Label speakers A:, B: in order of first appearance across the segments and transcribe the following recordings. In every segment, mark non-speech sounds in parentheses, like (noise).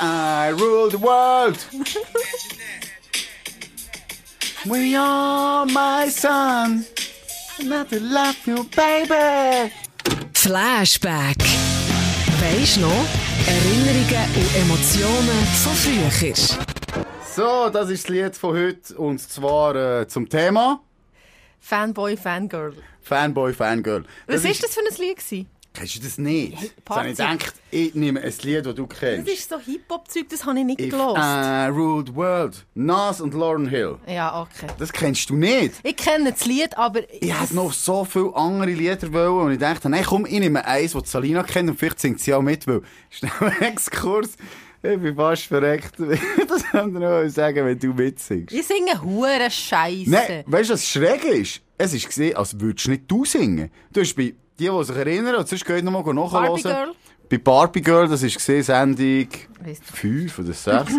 A: I rule the world. We are my son. Not to love you, baby.
B: Flashback. Weisst noch? Erinnerungen und Emotionen von früher.
A: So, das ist das Lied von heute. Und zwar äh, zum Thema
C: Fanboy, Fangirl.
A: Fanboy, Fangirl.
C: Was war das für ein Lied? gewesen?
A: Kennst du das nicht? Jetzt habe ich
C: Patrick.
A: gedacht, ich nehme ein Lied, das du kennst.
C: Das ist so Hip-Hop-Zeug, das habe ich nicht
A: If
C: gelost.
A: I ruled world. Nas und Lauren Hill.
C: Ja, okay.
A: Das kennst du nicht.
C: Ich kenne das Lied, aber
A: Ich hätte noch so viele andere Lieder wollen und ich dachte, nein, komm, ich nehme eins, das Salina kennt und vielleicht singt sie auch mit, weil (laughs) schnell ein Exkurs. Ich bin fast verreckt. (laughs) Das kann ich noch sagen, wenn du mitsingst.
C: ich singe hure Scheiße.
A: Nein, weißt du, was schräg ist? Es ist gesehen, als würdest du nicht du singen. Du hast bei die, die sich erinnern, und sonst geht nochmal nachhören.
C: Barbie Girl.
A: Bei Barbie Girl, das war gesehen, Sendung
C: Weiss doch.
A: 5 oder
C: (laughs)
A: 6.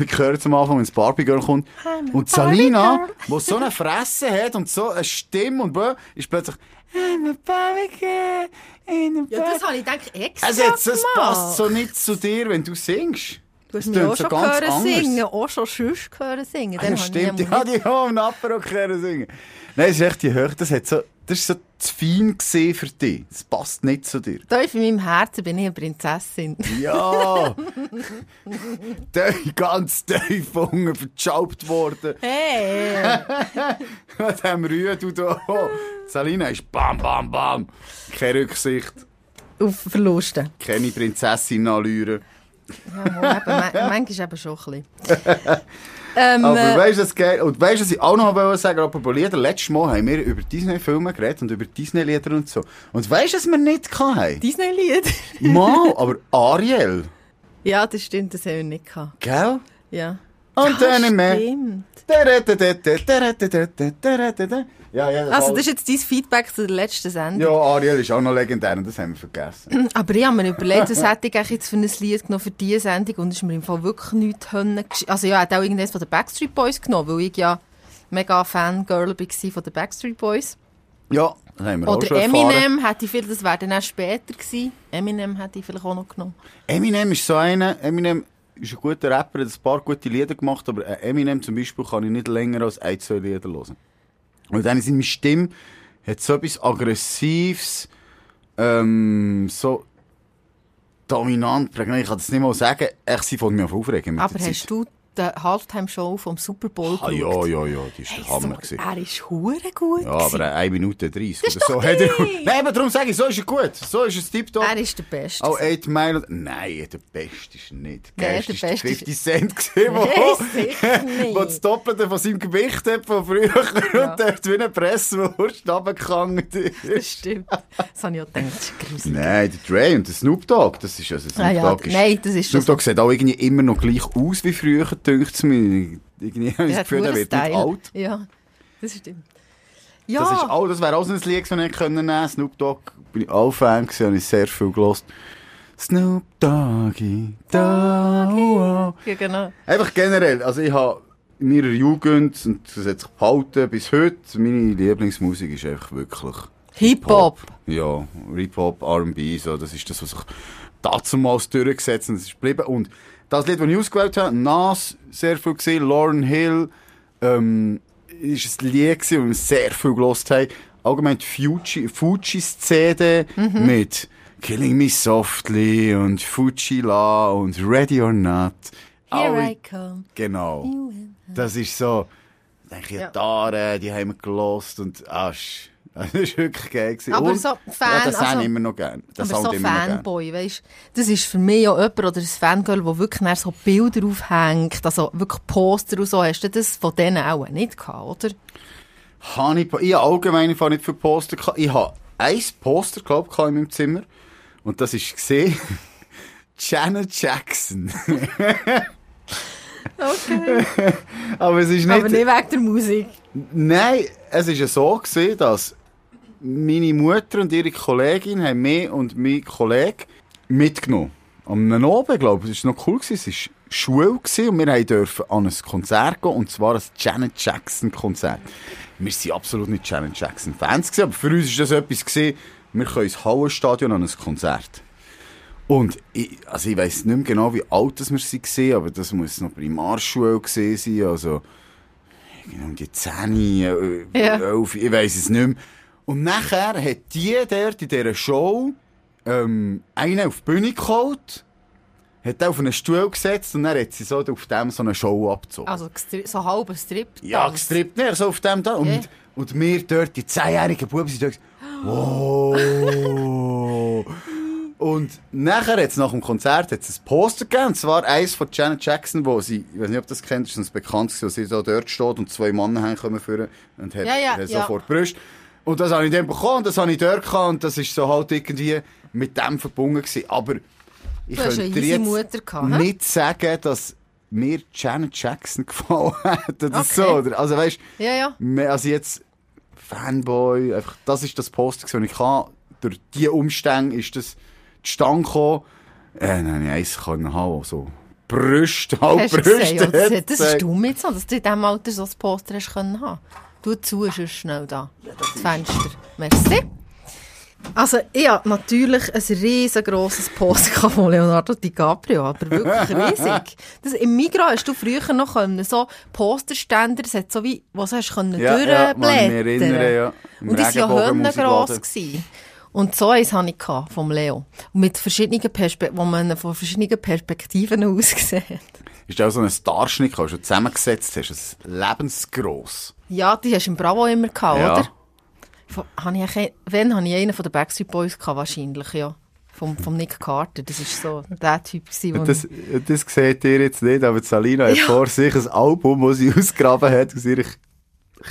A: ich gehört zum Anfang, wenn das Barbie Girl kommt. Und Salina, die so eine Fresse hat und so eine Stimme und bö, ist plötzlich I'm a Barbie Girl in a
C: Ja,
A: Barbie
C: das habe ich gedacht, extra
A: also jetzt, das
C: gemacht.
A: passt so nicht zu dir, wenn du singst.
C: Du
A: Das
C: hast mich
A: tönt
C: auch schon gehört singen, auch schon sonst gehört singen.
A: Ja,
C: Dann habe ich
A: Ah, stimmt,
C: niemanden
A: ja, die haben einen Apero können singen. Nein, es ist echt die Höhe, das, hat so, das ist so zu fein gesehen für dich. Das passt nicht zu dir.
C: Tief in meinem Herzen bin ich eine Prinzessin.
A: Ja! Tief, ganz tief unten verchaubt worden.
C: Hey!
A: An diesem Rühe, du da. Salina ist bam, bam, bam. Keine Rücksicht,
C: (laughs) Auf Verluste.
A: keine Prinzessin anlüren.
C: Ja, wohl, eben, (laughs) man- manchmal eben schon ein bisschen.
A: Aber weißt du, das geil? Und weißt du, was ich auch noch wollte sagen apropos Lieder? Letztes Mal haben wir über Disney-Filme geredet und über Disney-Lieder und so. Und weißt du, was wir nicht hatten?
C: Disney-Lied. (laughs)
A: Mal, aber Ariel,
C: Ja, das stimmt, das habe ich nicht gehabt.
A: gell?
C: Ja.
A: Und dann nicht mehr.
C: Stimmt.
A: Ja, ja, das
C: Also,
A: alles-
C: das ist jetzt dein Feedback zu der letzten Sendung.
A: ja, Ariel ist auch noch legendär und das haben wir vergessen.
C: Aber ich habe mir überlegt, was hätte ich eigentlich jetzt für ein Lied genommen für diese Sendung und es ist mir im Fall wirklich nichts hängen gesch- Also ja, ich hätte auch irgendwas von den Backstreet Boys genommen, weil ich ja mega Fangirl war von den Backstreet Boys.
A: Ja, das haben wir auch
C: Oder
A: schon erfahren.
C: Eminem hätte ich viel, das wäre dann auch später gewesen. Eminem hätte ich vielleicht auch noch genommen.
A: Eminem ist so einer, Eminem ist ein guter Rapper, hat ein paar gute Lieder gemacht, aber äh, Eminem zum Beispiel kann ich nicht länger als ein, zwei Lieder hören. Und dann in seiner Stimme hat so etwas Aggressives, ähm, so dominant, prägnant. ich kann das nicht mal sagen, echt, sie fängt mich auf aufregen mit
C: Aber
A: der
C: hast
A: Zeit.
C: du die Halftime-Show vom Super Bowl
A: Ah, ja,
C: geschaut?
A: ja, ja, die ist der
C: Hey,
A: Hammer.
C: so,
A: gewesen.
C: er ist hure gut.
A: Ja, aber
C: gewesen.
A: äh, 1 Minute 30
C: Das ist
A: oder
C: doch
A: so. hat er-
C: nicht.
A: Nein, aber darum sage ich, so ist er gut. So ist es tiptop.
C: er ist der Beste.
A: Auch 8 Oh, Mile. Nein, der Beste ist er nicht.
C: Nein,
A: Geilste
C: der
A: ist der
C: Beste ist-
A: 50 Cent gesehen, wo,
C: Nein, sicher nicht.
A: wo das Doppelte von seinem Gewicht hat von früher und dort wie eine Presswurst runtergegangen
C: Das
A: ist.
C: stimmt. Das habe ich auch gedacht, das ist
A: (laughs)
C: gruselig.
A: Nein, der Dre und der Snoop Dogg, das ist also Snoop
C: Ah ja,
A: Dogg ist, also-
C: nein, das ist schon
A: Snoop Dogg sieht auch irgendwie immer noch gleich aus wie früher, dünkt es mir. Irgendwie habe ich
C: Er
A: das
C: hat
A: Gefühl, der
C: einen
A: wird nicht
C: Style.
A: alt.
C: Ja, das stimmt. Ja,
A: Das, ist auch, das wäre auch so ein Lied, das ich hätte nehmen können. Snoop Dogg, bin ich auch Fan gewesen, habe ich sehr viel gelost. Snoop Doggy, Doggy.
C: ja eh, nou, genau.
A: Einfach generell, also ich habe in meiner Jugend, und das hat sich behalten bis heute, meine Lieblingsmusik ist einfach wirklich
C: Hip-Hop.
A: Ja, Hip-Hop, R&B, so, das ist das, was ich dazumals durchgesetzt und es ist geblieben. Und das Lied, das ich ausgewählt habe, Nas, sehr viel gesehen, Lauren Hill, ähm, ist ein Lied gewesen, das wir sehr viel gelost haben. Allgemein die Fuji, Fuji's CD
C: Mhm.
A: mit Killing Me Softly und Fuji La und Ready or Not.
C: Here
A: Alle-
C: I come.
A: Genau.
C: You and-
A: Das ist so, denke ich,
C: Ja.
A: da, äh, die haben wir gelost und asch. (laughs) Das ist wirklich geil. gewesen.
C: Aber
A: und,
C: so
A: ja,
C: Fan-
A: das haben
C: also-
A: immer noch gern. Das
C: aber so
A: haben immer noch gern.
C: Fanboy, weißt das ist für mich ja jemand oder ein Fangirl, der wirklich nachher so Bilder aufhängt, also wirklich Poster und so. Hast du das von denen auch nicht gehabt, oder?
A: Habe ich, ich habe allgemein einfach nicht für Poster gehabt. Ich habe ein Poster, glaube ich, in meinem Zimmer. Und das ist gesehen. (laughs) Janet Jackson. (laughs)
C: Okay.
A: Aber es ist nicht.
C: aber nicht wegen der Musik.
A: Nein, es war ja so, gewesen, dass meine Mutter und ihre Kollegin haben mich und meinen Kollegen mitgenommen Am einem Abend, glaube ich, es war noch cool, gewesen. es war Schule gewesen und wir haben dürfen an ein Konzert gehen, und zwar ein Janet Jackson Konzert. Wir sind absolut nicht Janet Jackson Fans, gewesen, aber für uns war das etwas, gewesen, wir können ins Hallenstadion an ein Konzert. Und ich, also ich weiss nicht mehr genau, wie alt das wir waren, aber das muss noch Primarschule gewesen sein, also irgendwie um die 10, äh,
C: Ja.
A: 11, ich weiss es nicht mehr. Und nachher hat die dort in dieser Show ähm, einen auf die Bühne geholt, hat den auf einen Stuhl gesetzt und dann hat sie so auf dem so eine Show abgezogen.
C: Also gestri- so halber Strip.
A: Ja, gestrippt, ne, so auf dem da. Und,
C: Ja.
A: und wir dort, die zehnjährigen Buben, sind dort, wow. und nachher, jetzt nach dem Konzert, hat es ein Poster gegeben, und zwar eins von Janet Jackson, wo sie, ich weiß nicht, ob du das kennst, ist uns bekannt gewesen, wo sie so dort steht und zwei Männer hinkommen führen und hat,
C: Ja, ja,
A: hat
C: ja.
A: sofort Brüste. Und das habe ich dann bekommen, und das habe ich dort gehabt, und das ist so halt irgendwie mit dem verbunden gewesen. Aber ich
C: Du hast eine
A: könnte dir
C: easy
A: jetzt
C: Mutter gehabt, hä?
A: nicht sagen, dass mir Janet Jackson (laughs) gefallen hat oder
C: Okay.
A: so. Oder, also weißt
C: Ja, ja.
A: mehr- also jetzt Fanboy, einfach, das ist das Poster, das ich hatte. Durch diese Umstände ist das zustande gekommen. Äh, nein, ich eins können haben, so Brüste, (laughs) halb
C: Hast du gesehen,
A: Brüste.
C: ja, das,
A: hat
C: das
A: gesagt.
C: ist dumm jetzt, noch, dass du in diesem Alter so ein Poster hast können haben. Du zu, sonst schnell da. das Fenster. Merci. Also, ich habe natürlich ein riesengroßes Poster von Leonardo DiCaprio, aber
A: (laughs)
C: wirklich riesig. Das, Im Migros hast du früher noch können, so Posterständer, es hat so wie, was hast du können
A: Ja, ja, kann ich mich
C: durchblättern.
A: erinnern, ja. Im
C: Und es war ja
A: Regenbogenmusik
C: höllengross.
A: laden.
C: gewesen. Und so eins hatte ich gehabt, vom Leo. Und mit verschiedenen Perspektiven, wo man ihn von verschiedenen Perspektiven (laughs) aus gesehen hat.
A: Ist auch so ein Starschnitt, den du schon zusammengesetzt hast, ein lebensgross.
C: Ja, die hast du im Bravo immer gehabt,
A: Ja.
C: oder? Von, habe ich einen, wann habe ich einen von den Backstreet Boys gehabt, wahrscheinlich, ja. Vom, vom Nick Carter, das ist so der Typ gewesen, wo
A: Das, das seht ihr jetzt nicht, aber die Salina hat
C: Ja.
A: vor sich ein Album, das sie (laughs) ausgegraben hat aus ihrer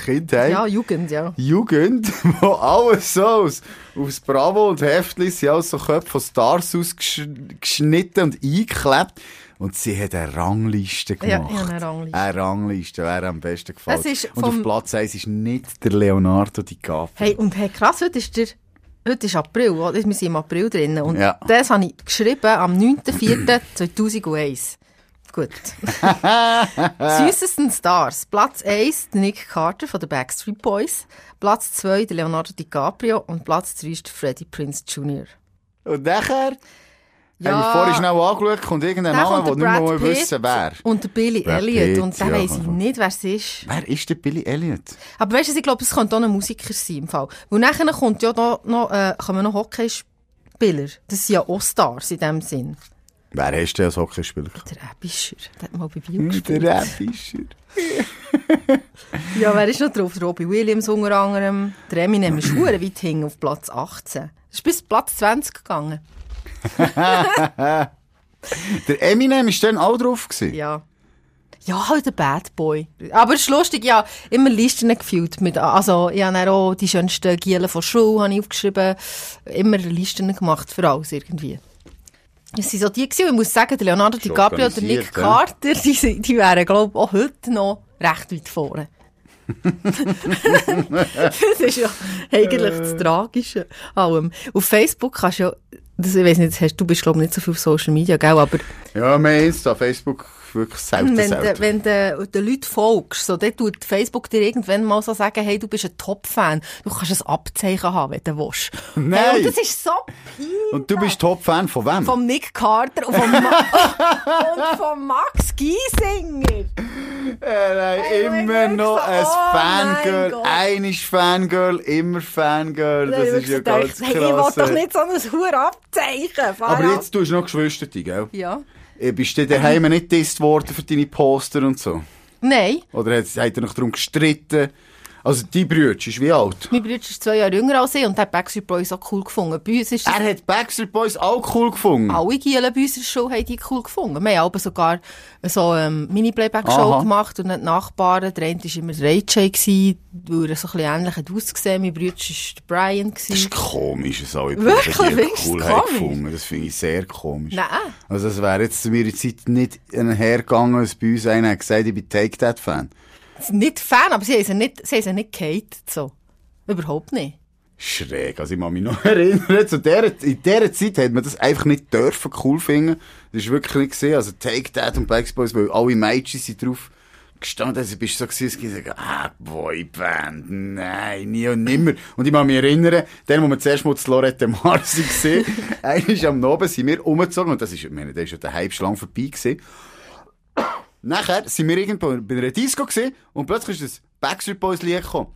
A: Kindheit.
C: ich, ja, Jugend, ja.
A: Jugend, (laughs) wo alles so aus, aus Bravo und Heftli sind alles so Köpfe von Stars ausgeschnitten und eingeklebt. Und sie hat eine Rangliste
C: Ja,
A: gemacht.
C: ich habe eine Rangliste.
A: Eine Rangliste, wer am besten gefällt.
C: Das ist
A: und auf
C: vom-
A: Platz 1 ist nicht der Leonardo DiCaprio.
C: Hey, und hey, krass, heute ist der, heute ist April, oder? Wir sind im April drin. Und
A: Ja.
C: das habe ich geschrieben am 9.4.2001.
A: (laughs)
C: Gut. Süßesten Stars. Platz 1, der Nick Carter von den Backstreet Boys. Platz 2, der Leonardo DiCaprio. Und Platz 3 ist der Freddie Prinze Jr.
A: Und nachher haben wir vorhin schnell angeschaut, kommt irgendein
C: Dann
A: Name,
C: kommt
A: den
C: der
A: nicht mehr
C: Brad
A: wollen
C: Pitt
A: wissen wer.
C: Und der Billy
A: Brad
C: Elliot.
A: Pitt,
C: und da
A: ja,
C: weiss ich
A: kann schon.
C: nicht, wer es ist.
A: Wer ist der Billy Elliot?
C: Aber weißt du, ich glaube, es könnte auch ein Musiker sein im Fall. Weil nachher kommt ja da noch, äh, kommen noch Hockeyspieler. Das sind ja auch Stars in dem Sinn.
A: Wer ist der als Hockeyspieler?
C: Der Ebischer, der hat mal bei
A: Hm,
C: Bio gespielt.
A: Der Fischer.
C: Ja, wer ist noch drauf? Der Robbie Williams unter anderem. Der
A: (clears throat)
C: Eminem ist hure weit hinten auf Platz 18. Ist bis Platz 20 gegangen.
A: Der Eminem ist dann auch drauf gewesen.
C: Ja. Ja, halt der Bad Boy. Aber es ist lustig, ja, immer Listen gefühlt. Mit, also, ich habe dann auch die schönsten Gielen von Schule habe ich aufgeschrieben. Immer Listen gemacht für alles irgendwie. Es waren so die gewesen. Und Ich muss sagen, der Leonardo DiCaprio und der
A: organisiert,
C: Nick
A: ja.
C: Carter, (laughs) die, sind- die wären, glaube ich, auch heute noch recht
A: (laughs)
C: weit vorne. (laughs) das ist ja eigentlich das Tragische an allem. Auf Facebook kannst du ja, das, ich weiß nicht, hast, du bist, glaube ich, nicht so viel auf Social Media, gell, aber
A: Ja, mehr Insta, Facebook, wirklich selten,
C: wenn
A: selten.
C: du wenn de, den Leuten folgst, so, dann tut Facebook dir irgendwann mal so sagen, hey, du bist ein Top-Fan. Du kannst ein Abzeichen haben, wenn du willst.
A: Nein.
C: Hey, und das ist so peinlich.
A: Und du bist Top-Fan von wem?
C: Vom Nick Carter und
A: (laughs)
C: vom, Ma und vom Max Giesinger.
A: äh, nein,
C: Hey, mein
A: immer
C: Gott,
A: noch
C: so-
A: ein
C: oh mein
A: Fangirl.
C: Gott.
A: Einisch Fangirl, immer Fangirl. Das
C: Ich hab
A: ist ja
C: gedacht,
A: ganz
C: hey, Ich will
A: krass.
C: doch nicht so ein hoher Abzeichen. Fahr
A: Aber
C: ab.
A: jetzt tust du noch Geschwister, gell?
C: Ja.
A: Äh, Bist du daheim
C: Ähm.
A: nicht getestet worden für deine Poster und so?
C: Nein,
A: Oder hat, hat er noch darum gestritten? Also, dein Bruder ist wie alt?
C: mein Bruder ist zwei Jahre jünger als ich und hat Backstreet Boys auch cool gefunden. Bei uns ist das
A: Er hat Backstreet Boys auch cool gefunden.
C: alle Gielen bei unserer Show haben die cool gefunden. Wir haben aber sogar so ähm, Mini-Playback-Show
A: Aha.
C: gemacht und dann die Nachbarn, der eine war immer der AJ, gewesen, weil er so ein bisschen ähnlich hat ausgesehen Mein Bruder war der Brian.
A: Das
C: Gewesen.
A: ist komisch, das alle
C: Wirklich? Findest du
A: cool
C: das komisch?
A: gefunden. Das finde ich sehr komisch.
C: Nein.
A: Also es wäre jetzt zu meiner Zeit nicht hergegangen, als bei uns einer hat gesagt, ich bin Take That Fan.
C: Sie sind Nicht Fan, aber sie haben sie nicht, sie haben sie nicht gehatet, so. Überhaupt nicht.
A: Schräg, also ich kann mich noch (laughs) erinnern, zu der, in dieser Zeit hat man das einfach nicht dürfen cool finden. Das ist wirklich nicht gesehen. Also Take That und Backstreet Boys, weil alle Mädchen sind drauf gestanden, also bist du so gewesen, dass ich gesagt ah, Boyband, nein, nie und nimmer. Und ich kann mich erinnern, dann, wo wir zuerst mal zu Lorette (laughs) Marsi gesehen, eigentlich am Abend sind wir umgezogen, und das ist, ich meine, da ist ja der Hype schon lang vorbei gewesen. Nachher sind wir irgendwo bei einer Disco gewesen, und plötzlich ist das Backstreet Boys Lied gekommen.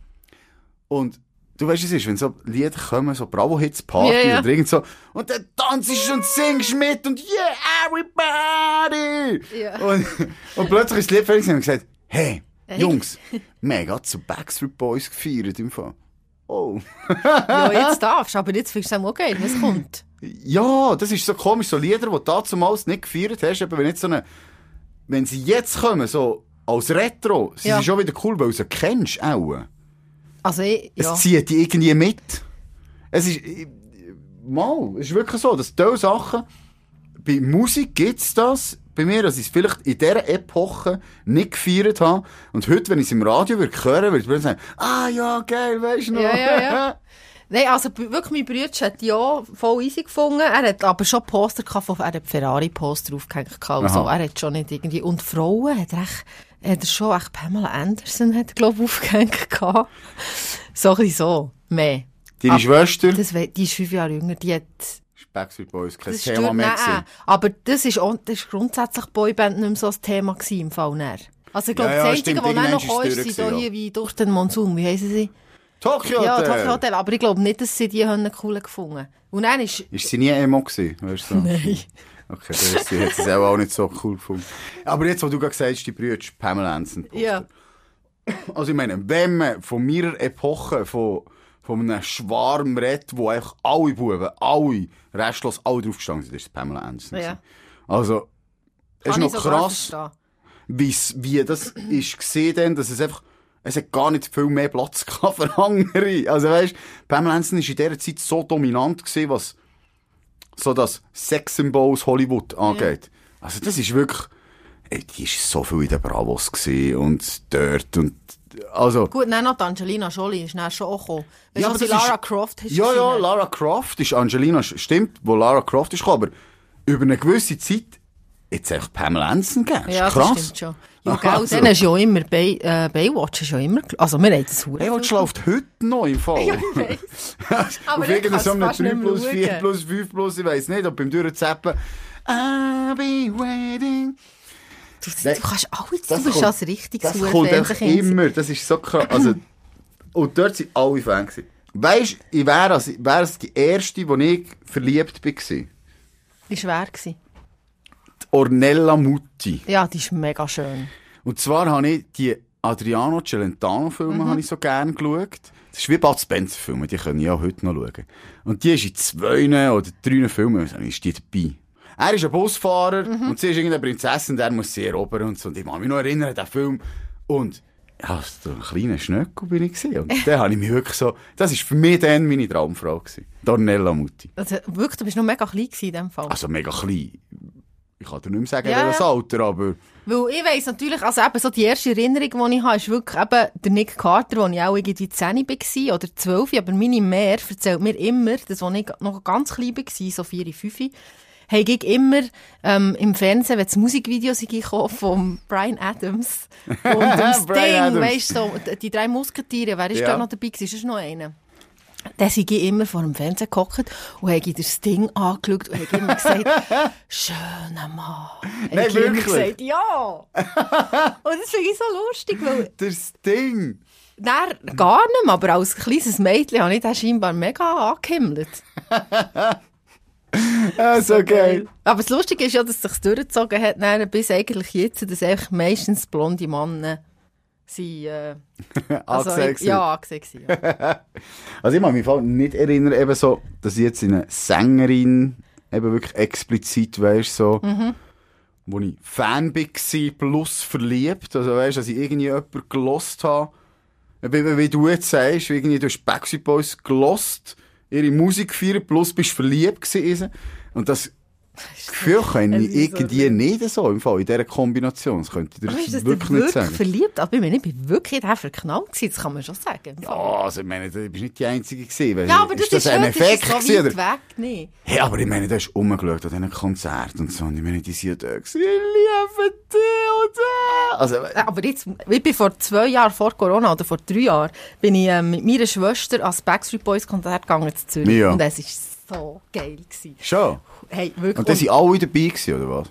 A: Und du weißt, es ist, wenn so Lieder kommen, so Bravo-Hits-Party
C: Ja, ja.
A: oder irgend so, und dann tanzt du und singst mit und yeah, everybody!
C: Ja.
A: Und, und plötzlich ist das Lied fertig gewesen und ich gesagt, hey, Jungs, mega zu Backstreet Boys gefeiert im Fall. Oh.
C: Ja,
A: (laughs)
C: jetzt darfst du, aber jetzt findest du es auch geil, was kommt.
A: Ja, das ist so komisch, so Lieder, die du damals nicht gefeiert hast, eben wenn jetzt so eine, wenn sie jetzt kommen, so als Retro, sie
C: Ja.
A: sind schon wieder cool, weil du sie kennst auch.
C: Also ich,
A: Es
C: ja.
A: zieht dich irgendwie mit. Es ist. ich- Mal, es ist wirklich so, dass diese Sachen. Bei Musik gibt es das. Bei mir, dass ich es vielleicht in dieser Epoche nicht gefeiert habe. Und heute, wenn ich es im Radio würde hören würde, würde ich sagen, ah ja, geil, weißt du noch.
C: Ja, ja, ja. Nein, also b- wirklich, mein Bruder hat ja voll easy gefunden. Er hat aber schon Poster gehabt, von, er hat Ferrari-Poster aufgehängt. gehabt und
A: Aha.
C: so. Er hat schon nicht irgendwie... Und Frauen hat, recht, hat er schon, echt Pamela Anderson hat, glaube ich, aufgehängt gehabt. (laughs) So ein bisschen so, mehr.
A: (laughs) Deine
C: Ah,
A: Schwester,
C: Das, we- die ist fünf Jahre jünger, die hat...
A: Backstreet Boys, kein
C: Das
A: Thema
C: stört-
A: mehr
C: Nein,
A: gewesen.
C: Aber das ist, auch, das ist grundsätzlich Boyband nicht mehr so ein Thema gewesen, im Fall näher. Also ich glaube,
A: Ja, ja,
C: das
A: stimmt,
C: Einzige, was dann
A: irgendwann
C: noch
A: ist es durch
C: kam, ist, sind
A: gewesen,
C: hier
A: ja.
C: wie «Durch den Monsun», wie heissen sie?
A: Tokyo
C: äh, Ja,
A: Hotel.
C: Tokyo Hotel, aber ich glaube nicht, dass sie die haben cool gefunden Und dann ist...
A: Ist sie nie Emo gewesen? Weißt du? so?
C: Nein.
A: Okay, das ist- sie hat es auch nicht so cool gefunden. Aber jetzt, wo du gerade gesagt hast, die Brüder Pamela Anderson.
C: Ja.
A: Also ich meine, wenn man von meiner Epoche, von, von einem Schwarm redet, wo eigentlich alle Buben, alle, restlos alle draufgestanden sind, ist es Pamela Anderson.
C: Ja.
A: gewesen. Also, es ist
C: Kann ich
A: noch
C: sogar
A: krass,
C: verstehen.
A: wie's- wie das ist gesehen denn, dass es einfach, es hat gar nicht viel mehr Platz (laughs) gehabt für andere. Also weißt, Pamela Anderson war in dieser Zeit so dominant gewesen, was so das Sex-Symbols Hollywood angeht. Also das ist wirklich, ey, die ist so viel in den Bravos gewesen und dort und, also,
C: Gut, nein, noch die Angelina nou, Jolie ist dann schon auch gekommen. Weißt du,
A: aber
C: die
A: das ist-
C: Lara Croft hast
A: Ja,
C: gesehen?
A: ja, Lara Croft ist Angelina, sch- stimmt, wo Lara Croft ist, gekommen, aber über eine gewisse Zeit jetzt echt Pamela Anderson gegeben.
C: Ja,
A: ist krass.
C: das stimmt schon. Ja,
A: (laughs) Aha,
C: gell,
A: so.
C: dann ist ja immer... Bay, äh, Baywatch ist ja immer... gel- Also wir haben das verdammt
A: Hey, was
C: viel
A: läuft heute noch im
C: (laughs)
A: Fall? (laughs)
C: Aber
A: Auf
C: ich kann's
A: irgendeinem
C: fast
A: 3
C: nicht mehr
A: plus, 4
C: schauen.
A: plus, 5 plus, ich weiss nicht, ob beim Durchzappen I'll be waiting.
C: Du, du
A: Nein,
C: kannst alles,
A: das
C: du bist
A: kommt-
C: als richtig
A: Das
C: super
A: kommt einfach
C: Fernsehkind.
A: immer, das ist so krass. Also, und dort waren alle Fans. gewesen. Weisst du, ich wäre als- ich wäre als die erste, wo ich verliebt war.
C: Die war schwer. Gewesen.
A: Ornella Mutti.
C: Ja, die ist mega schön.
A: Und zwar habe ich die Adriano
C: Mhm.
A: Celentano-Filme habe ich so gerne geschaut. Das ist wie Bud Spencer-Filme, die können ich auch heute noch schauen. Und die ist in zwei oder drei Filmen ist die dabei. Er ist ein Busfahrer
C: Mhm.
A: und sie ist irgendeine Prinzessin, der muss sie erobern und so. Und ich kann mich noch erinnern an den Film. Und ja, so ein kleiner Schnöckel bin ich gewesen. Und dann habe ich mich wirklich so... Das war für mich dann meine Traumfrau. Gewesen. Dornella Mutti.
C: Also, wirklich, du bist noch mega klein gewesen in dem Fall.
A: Also mega klein. Ich kann dir nicht mehr sagen,
C: Ja,
A: welches
C: ja.
A: Alter, aber...
C: Weil ich weiss natürlich, also eben so die erste Erinnerung, die ich habe, ist wirklich eben der Nick Carter, wo ich auch irgendwie 10 war oder 12, aber meine Mär erzählt mir immer, dass als ich noch ganz klein war, so 4, 5, habe ich immer ähm, im Fernsehen, wenn das Musikvideo gekommen von Brian
A: (laughs)
C: Adams und dem
A: Bryan
C: Sting,
A: Adams.
C: weißt du, so, die drei Musketiere, wer ist
A: Ja.
C: da noch dabei gewesen? Ist noch einer? Dann sind ich immer vor dem Fernsehen gehockt und habe den Sting angeschaut und habe immer gesagt, schöner Mann.
A: (laughs) Nein,
C: Habe ich immer
A: wirklich? (laughs)
C: gesagt, ja. und das finde ich so lustig, weil
A: Das Ding...
C: dann gar nicht mehr, aber als kleines Mädchen habe ich den scheinbar mega angehimmelt.
A: Ah, (laughs) so geil.
C: Aber das Lustige ist ja, dass es sich durchgezogen hat, dann bis eigentlich jetzt, dass eigentlich meistens blonde Männer sind, äh, also,
A: Angesehen
C: ich, ja, angesehen
A: (laughs)
C: waren, ja.
A: Also ich kann mich im Fall nicht erinnern, eben so, dass ich jetzt in eine Sängerin eben wirklich explizit, weißt so,
C: Mhm.
A: wo ich Fan war, plus verliebt, also weißt dass ich irgendwie jemanden gelost habe, wie, wie- wie du jetzt sagst, wie irgendwie du hast
C: (laughs)
A: Backstreet Boys gelost, ihre Musik gefeiert, plus bist verliebt gewesen in sie. und das Das Gefühl kenne ich irgendwie nicht so im Fall, in dieser Kombination. Das könnte ich dir
C: Aber ist das
A: wirklich,
C: wirklich,
A: nicht
C: wirklich
A: sagen.
C: verliebt? Aber ich meine, ich bin wirklich in den verknallt gewesen, das kann man schon sagen.
A: Ja, also ich meine, du bist nicht die Einzige gewesen. weißt
C: Ja,
A: du.
C: aber das
A: ist das ein
C: nicht- das
A: Effekt
C: ist so
A: gewesen,
C: weit
A: oder?
C: weg, nee.
A: Hey, aber ich meine, du hast rumgeschaut an diesen Konzerten und so. Und ich meine, die sind ja da gewesen. Ich liebe dich und so. Also,
C: Ja, Äh, Aber jetzt, ich bin vor zwei Jahren, vor Corona oder vor drei Jahren, bin ich ähm, mit meiner Schwester ans Backstreet Boys Konzert gegangen zu Zürich.
A: Ja.
C: Und es war so geil. Gewesen.
A: schon.
C: Hey, wirklich.
A: Und dann sind alle dabei gewesen, oder was?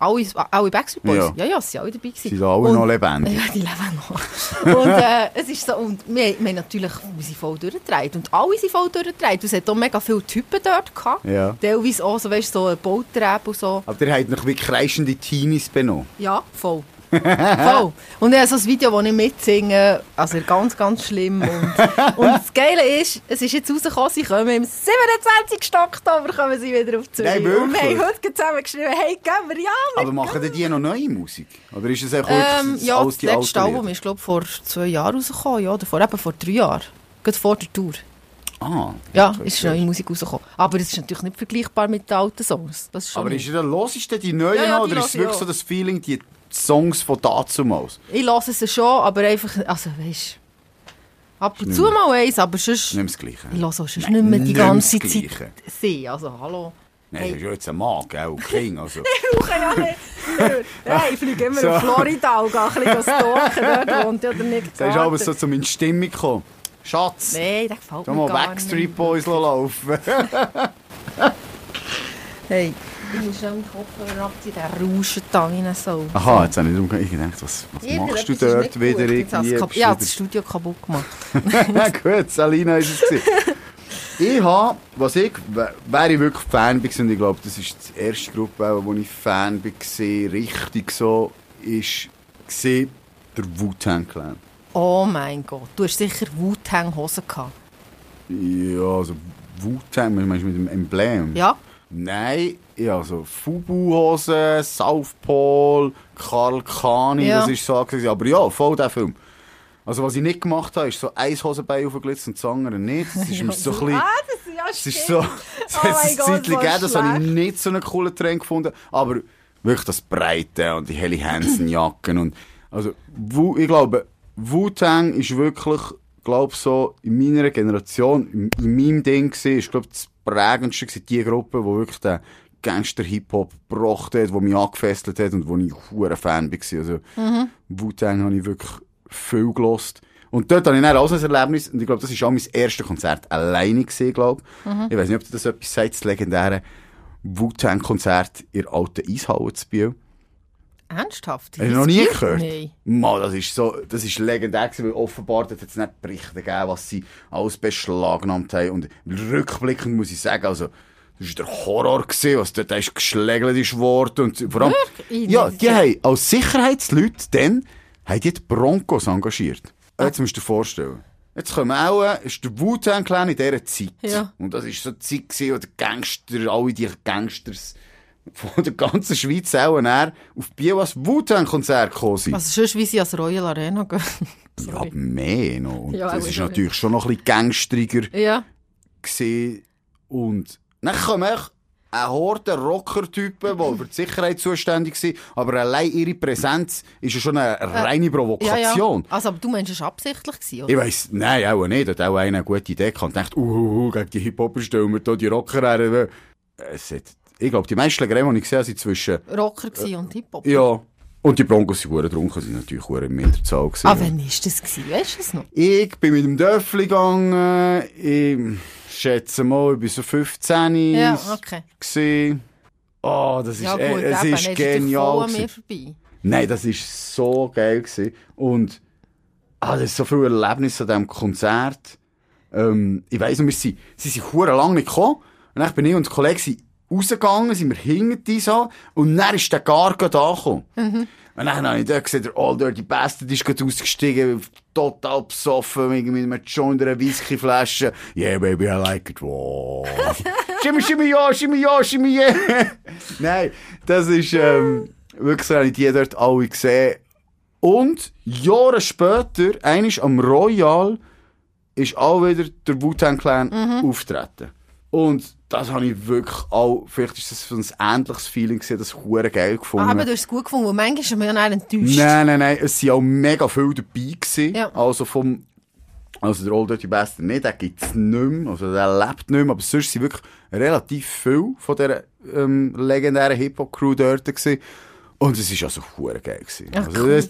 C: alle, alle Backstreet Boys.
A: Ja.
C: Ja, ja, sie sind alle dabei gewesen.
A: Sind alle
C: und,
A: noch lebendig?
C: Ja, die leben noch. und äh, es ist so, und wir, wir haben natürlich, wir sind voll durchgedreht. Und alle sind voll durchgedreht. Und Es hat auch mega viele Typen dort gehabt.
A: Ja.
C: Teilweise auch so, weißt, so ein Bauträb und so.
A: Aber ihr habt noch wie kreischende Teenies benommen.
C: Ja, voll. (laughs) voll. Und ich habe so ein Video, wo ich mitsinge. Also ganz, ganz
A: (laughs)
C: schlimm. Und, und das Geile ist, es ist jetzt rausgekommen, sie kommen im 27. Oktober kommen sie wieder auf Zürich.
A: Nein, wirklich?
C: Und wir haben heute zusammen geschrieben, hey, gehen wir ja. wir
A: Aber machen denn die noch neue Musik? Oder ist es einfach
C: Ähm,
A: wirklich
C: ja,
A: alles
C: das
A: die
C: letzte
A: alten Lieder?
C: Album ist, glaube vor zwei Jahren rausgekommen, ja, oder vor, eben vor drei Jahren. Gerade vor der Tour.
A: Ah,
C: Ja,
A: okay,
C: ist
A: gut.
C: neue Musik rausgekommen. Aber es ist natürlich nicht vergleichbar mit den alten Songs. Das ist schon
A: Aber
C: nicht.
A: ist das, hörst du die neuen
C: Ja, ja,
A: an,
C: die
A: oder ist
C: höre
A: es
C: ich
A: wirklich
C: auch.
A: so das Feeling, die Songs von dazumals?
C: Ich lasse es schon, aber einfach, also weißt ab und zu
A: nicht
C: mal eins, aber
A: Nicht
C: sonst...
A: mehr das Gleiche.
C: Ich höre sonst
A: Nein,
C: nicht mehr die
A: nicht
C: ganze
A: das Gleiche.
C: Zeit sie. Also, hallo.
A: Nein,
C: Hey.
A: das ist ja jetzt ein Mann, gell? und King, also.
C: Brauche ja nicht. Nein, ich fliege immer
A: So.
C: auf Florida und gehe ein bisschen stalken, dort wohnt ja der Nick
A: Das ist aber
C: Carter.
A: so zu meiner Stimmung gekommen. Schatz,
C: Nein, der gefällt
A: tu
C: mir
A: mal
C: gar
A: Backstreet
C: nicht.
A: Boys laufen.
C: Hey, ich muss schon den Kopfhörer abziehen, der rauscht da wie ein Sau.
A: Aha, jetzt habe ich darum gedacht, was, was
C: Irgendetwas
A: machst du
C: ist nicht
A: dort
C: gut.
A: wieder?
C: Jetzt hat's
A: irgendwie?
C: kap-
A: Bist du
C: Ja,
A: wieder-
C: das Studio kaputt gemacht.
A: (laughs) Ja, gut, Salina ist es. gewesen. ich habe, was ich, wär- wäre ich wirklich Fan gewesen, und ich glaube, das ist die erste Gruppe, wo ich Fan war, richtig so, ist, war der Wu-Tang Clan.
C: Oh mein Gott, du hast sicher Wu-Tang-Hosen gehabt.
A: Ja, also Wu-Tang, meinst du mit dem Emblem?
C: Ja?
A: Nein, ja, so Fubu-Hosen, South Pole, Karl Kani,
C: Ja.
A: das ist so angesagt. Aber ja, voll der Film. Also, was ich nicht gemacht habe, ist so ein Hosenbein aufgeglitzt und das andere nicht. Das
C: (laughs)
A: ist mir so ein bisschen...
C: Ah, das ist ja
A: Es ist
C: stimmt.
A: so, (laughs) es hat
C: Oh mein
A: eine
C: Gott,
A: Zeit
C: voll
A: gegeben, das habe ich
C: schlecht.
A: nicht so einen coolen Trend gefunden. Aber wirklich das Breite und die Helly Hansen-Jacken und, also, Wu, ich glaube, Wu-Tang ist wirklich, glaube so, in meiner Generation, in, in meinem Ding gewesen, ist, glaube das prägendste gewesen, die Gruppe, die wirklich den Gangster-Hip-Hop gebracht hat, die mich angefesselt hat und wo ich ein Fan war. Also, Wu-Tang habe ich wirklich viel gelost. Und dort hatte ich dann auch so ein Erlebnis, und ich glaube, das war auch mein erstes Konzert alleine, gewesen, glaube ich. Ich weiß nicht, ob dir das etwas sagt, das legendäre Wu-Tang-Konzert in der alten Eishalle zu Biel.
C: Ernsthaft?
A: Hast du noch nie
C: Gibt's?
A: gehört?
C: Nein.
A: Mann, das ist so, das ist legendär gewesen, weil offenbar hat es nicht Berichte gegeben, was sie alles beschlagnahmt haben. Und rückblickend muss ich sagen, also, das war der Horror, gewesen, was dort ist geschlägelt ist worden. Und vor allem,
C: Wirklich?
A: ja, die haben als Sicherheitsleute dann, haben die die Broncos engagiert. Jetzt musst du dir vorstellen. Jetzt kommen auch, äh, ist der Wu-Tang Clan in dieser Zeit.
C: Ja.
A: Und das war so die Zeit, gewesen, wo die Gangster, alle die Gangsters von der ganzen Schweiz auch näher auf Biel als Wu-Tang-Konzert gekommen sind.
C: Also sonst, wie sie als Royal Arena gehen.
A: Ja, mehr noch. Und
C: Ja,
A: das
C: aber
A: ist
C: schon.
A: natürlich schon noch ein bisschen gangsteriger
C: ja.
A: gewesen. Und dann kam echt ein Horde Rocker-Typen, die für die Sicherheit zuständig sind, aber allein ihre Präsenz ist ja schon eine reine
C: Ja, Äh, ja.
A: Provokation.
C: Also, aber du meinst, es war absichtlich, gewesen, oder?
A: Ich weiss, nein, auch nicht. Hat auch einer eine gute Idee gehabt und dachte, uh, uh, uh, gegen die Hip-Hopper stellen wir hier die Rocker her. Es hat, ich glaube, die meisten Schlägereien, die ich gesehen habe, sind zwischen,
C: Rocker gewesen und Hip-Hop.
A: ja, und die Broncos sind verdammt drunken, sind natürlich verdammt im Hinterzahl gewesen.
C: Ah, wann war das? Gewesen? Weißt du es noch?
A: Ich bin mit dem Döffli gegangen. Ich schätze mal, ich war so 15.
C: Ja, okay.
A: Gewesen. Oh, das ist,
C: Ja,
A: eh-
C: gut,
A: es
C: eben,
A: ist
C: dann
A: genial. gewesen.
C: Ist natürlich voll an mir vorbei.
A: Nein, das ist so geil gewesen. Und ah, das ist so viel Erlebnis an diesem Konzert. Ähm, ich weiss noch, wir sind, sie sind hure lang nicht gekommen. Und dann bin ich und der Kollege sind rausgegangen, sind wir hinter die so. Und dann ist der Garga da gekommen. Und dann habe ich dort gesehen, der All Dirty Bastard ist gerade ausgestiegen, total besoffen, mit mit einem Joint und einer Whiskyflasche. Yeah, baby, I like it. Wow. shimmy, shimmy, ja, shimmy, ja, shimmy, yeah. (laughs) Nein, das ist, ähm, wirklich so, habe ich die dort alle gesehen. Und Jahre später, eines am Royal, ist auch wieder der Wu-Tang Clan auftreten. Und das habe ich wirklich auch, vielleicht ist das so ein ähnliches Feeling gewesen, das ich verdammt geil gefunden.
C: Ah, aber du hast es gut gefunden, weil manchmal ist man ja dann enttäuscht.
A: Nein, nein, nein, es sind auch mega viele dabei gewesen.
C: Ja.
A: Also vom, also der Old Dirty Bastard nicht, den gibt's nicht mehr, also der lebt nicht mehr, aber sonst sind wirklich relativ viel von dieser ähm, legendären Hip-Hop-Crew dort gewesen. Und es ist also verdammt geil gewesen.
C: Ach,
A: also
C: cool.
A: das,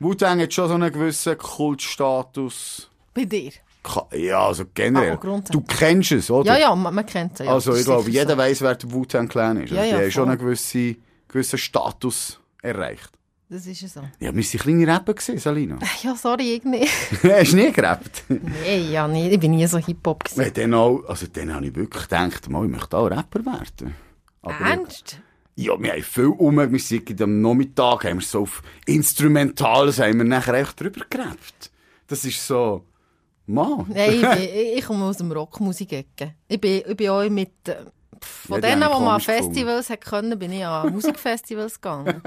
A: Wu-Tang hat schon so einen gewissen Kultstatus.
C: Bei dir.
A: Ka- Ja, also generell.
C: Ah, grundsätzlich.
A: du kennst es, oder?
C: Ja, ja, man, man kennt sie. Ja,
A: Also,
C: Das
A: ich
C: ist
A: glaube,
C: sicher
A: jeder
C: so.
A: weiss, wer der Wu-Tang Clan ist. Also,
C: Ja, ja,
A: die haben schon
C: voll.
A: einen gewissen, gewissen Status erreicht.
C: Das ist ja so. (laughs)
A: Ja, wir waren kleine Rapper, gewesen, Salina.
C: Ja, sorry, irgendwie. (laughs)
A: Hast (laughs) du nie (laughs) gerappt?
C: Nein, ja, nie. ich bin nie so Hip-Hop. gewesen.
A: Ja, dann auch, also dann habe ich wirklich gedacht, mal, ich möchte auch Rapper werden. Aber
C: Ernst?
A: ja, wir haben viel um, wir sind am Nachmittag, haben wir so auf Instrumentales, haben wir nachher echt drüber gerappt. Das ist so, Mann.
C: Nein,
A: (laughs)
C: ich, bin, ich, ich komme aus dem Rockmusik-Ecke. Ich bin, ich bin auch mit... äh, pff, Von
A: Ja, die
C: denen,
A: habe
C: die
A: ich
C: man an
A: komisch gefunden.
C: Festivals hat können, bin ich an Musikfestivals
A: (laughs)
C: gegangen.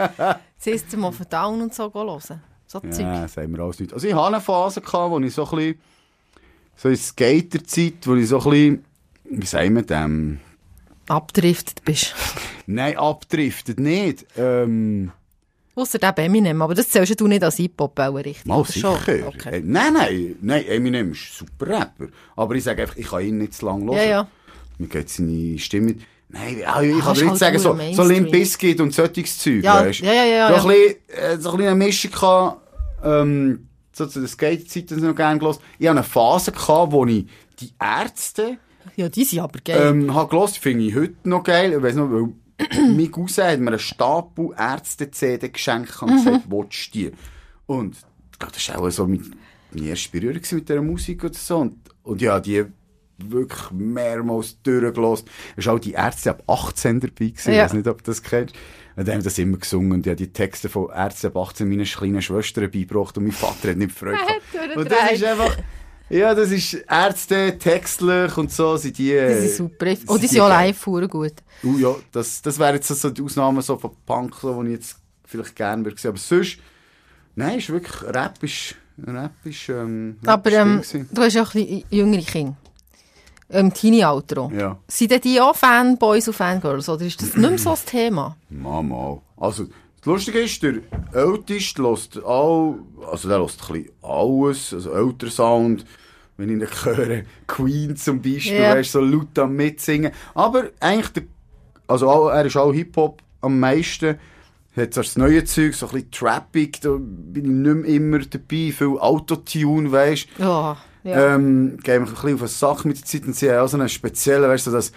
C: System of a Down und so hören. So Zeug.
A: Ja, das haben wir alles nicht. Also ich hatte eine Phase, gehabt, wo ich so ein bisschen, so in Skaterzeit, wo ich so ein bisschen, wie sagen wir dem,
C: Abdriftet bist.
A: nein, abdriftet nicht. Ähm,
C: Ausser dem Eminem, aber das zählst du nicht als Hip-Hop, auch richtig?
A: mal
C: Oder schon?
A: sicher. Äh, Nein, nein, nein, Eminem ist ein super Rapper. Aber ich sage einfach, ich kann ihn nicht zu lange hören.
C: Ja, ja.
A: Mir geht seine Stimme. Nein, ah, ich kann
C: Ah, ist
A: dir nicht
C: halt
A: sagen, so,
C: verdammt
A: so Limp
C: Mainstream.
A: Bizkit und solches Zeug,
C: Ja,
A: weisst du?
C: ja, ja, ja,
A: So ein bisschen, äh, so ein bisschen eine Mischung gehabt, ähm, so zu der Skate-Zeit, das ich noch gerne gehört. Ich hatte eine Phase, gehabt, wo ich die Ärzte,
C: Ja, die sind aber geil.
A: ähm, habe gehört, finde ich heute noch geil. Ich weiss noch, weil (clears throat) mein Cousin hat mir einen Stapel Ärzte-CD geschenkt und gesagt, willst du die? Und, ich glaub, das war auch so mein, meine erste Berührung gewesen mit dieser Musik oder so. Und, und ja, die wirklich mehrmals durchgelassen. Es war auch die Ärzte ab 18 dabei gewesen. Ich
C: Ja.
A: weiss nicht, ob du das kennst. Und die haben das immer gesungen. Und ich habe die Texte von Ärzte ab 18 meinen kleinen Schwestern beigebracht und mein Vater hat nicht gefreut.
C: hat
A: und das ist einfach, ja, das ist Ärzte, textlich und so sind die.
C: die sind super.
A: äh,
C: Oh, die sind auch live verdammt gut.
A: Uh, ja, das, das wäre jetzt so- so die Ausnahme so von Punk, so, die ich jetzt vielleicht gerne würde sehen. Aber sonst, nein, ist wirklich, Rap ist, Rap ist, ähm, Rap
C: Aber
A: ist
C: ähm,
A: Ding gewesen.
C: du hast ja auch ein bisschen jüngere Kinder. Im Teenie-Alter auch.
A: Ja.
C: Sind denn die auch Fanboys und Fangirls? Oder ist das nicht mehr so das Thema?
A: Mal, mal. Also, das Lustige ist, der Älteste lässt all, also der lässt ein bisschen alles, also älter Sound, wenn ich ihn höre, (laughs) Queen zum Beispiel,
C: Ja.
A: weißt du, so laut am Mitsingen. Aber eigentlich, der, also all, er ist auch Hip-Hop am meisten, hat so das neue Zeug, so ein bisschen trappig, da bin ich nicht mehr immer dabei, viel Autotune, weißt du.
C: Ja. ja.
A: Ähm, gehen wir ein bisschen auf eine Sache mit der Zeit und sie haben auch so einen speziellen, weißt du, das.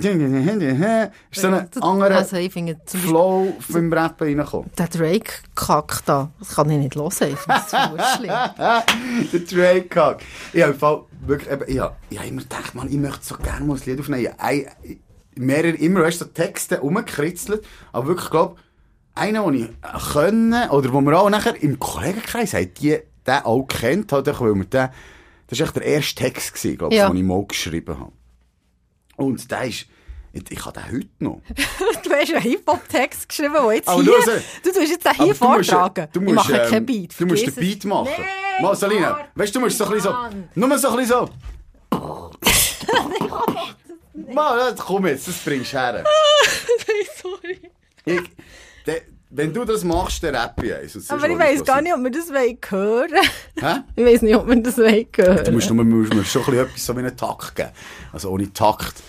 A: Ist so ein
C: Das-
A: anderer
C: also, ich finde, zum Beispiel
A: Flow beim Rappen reinkommen.
C: der Drake kackt da. Das kann ich nicht hören. Ich finde das
A: (laughs)
C: verdammt schlimm.
A: Der Drake Cock. Ich habe im Fall wirklich, eben, ich habe, ich habe immer gedacht, man, ich möchte so gerne mal ein Lied aufnehmen. Ich habe ein- mehrere, immer, weißt du, so Texte rumgekritzelt, aber wirklich, glaube einer, den ich können, oder wo wir auch nachher im Kollegenkreis haben, die, den auch kennt, halt, weil wir den, das war echt der erste Text, gewesen, glaub,
C: Ja.
A: den ich mal geschrieben habe. Und der ist, ich habe den heute noch.
C: Du hast einen Hip-Hop-Text geschrieben, der jetzt
A: Aber
C: hier...
A: nur so-
C: Du tust jetzt den hier
A: Aber du
C: vortragen.
A: Musst, du
C: ich
A: musst,
C: mache
A: ähm,
C: keinen Beat.
A: Du musst den
C: Vergiss es.
A: Beat machen.
C: Nein,
A: Marcelina,
C: Marc,
A: weißt du, du musst so ein bisschen
C: Mann.
A: so. Nur so ein bisschen so. Mal, das- komm jetzt, das bringst du her.
C: (laughs) Sorry.
A: Ich, de, wenn du das machst, dann rappe ich eins. und sonst
C: Aber ich
A: hol
C: weiss
A: das
C: gar nicht, ob wir das hören (laughs) wollen.
A: Hä?
C: Ich weiss nicht, ob wir das hören wollen.
A: (laughs) Du musst nur musst, musst schon ein bisschen etwas so wie einen Takt geben. Also ohne Takt.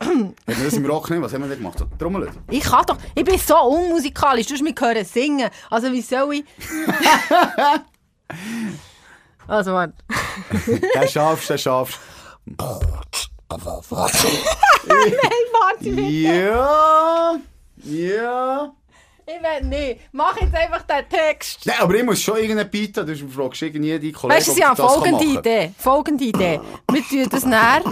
A: Wenn wir das im Rock nehmen, was haben wir denn gemacht? So, Trommeln.
C: Ich kann doch, ich bin so unmusikalisch, du hast mich hören singen. Also wie soll
A: (laughs)
C: ich... also warte.
A: Den schaffst, den schaffst.
C: Hey, warte, ich
A: Ja. Ja.
C: will nicht. Mach jetzt einfach den Text.
A: Nein, aber ich muss schon irgendeinen Beat haben. Du fragst irgendwie die Kollegen,
C: Weißt du, ja, folgende Idee. Folgende Idee. dus Wir tun das näher,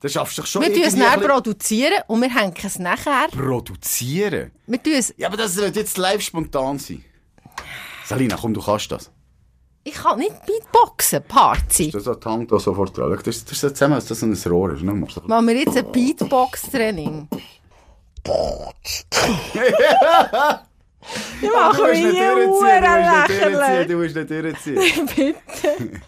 A: Das schaffst du doch schon
C: wir tun es
A: irgendwie
C: näher
A: ein bisschen
C: produzieren und wir hängen es nachher.
A: produzieren.
C: Wir tun es...
A: Ja, aber das wird jetzt live spontan sein. Salina, komm, du kannst das.
C: Ich kann nicht Beatboxen, Party.
A: Das hat hängt da sofort dran. Schau, Das, das ist so zusammen, dass das so ein Rohr ist. Ne? Machst du-
C: Machen wir jetzt ein Beatbox-Training. Ich mache mich hier
A: durchziehen,
C: lächerlich.
A: du musst nicht durchziehen. Du musst nicht durchziehen.
C: (laughs) Bitte.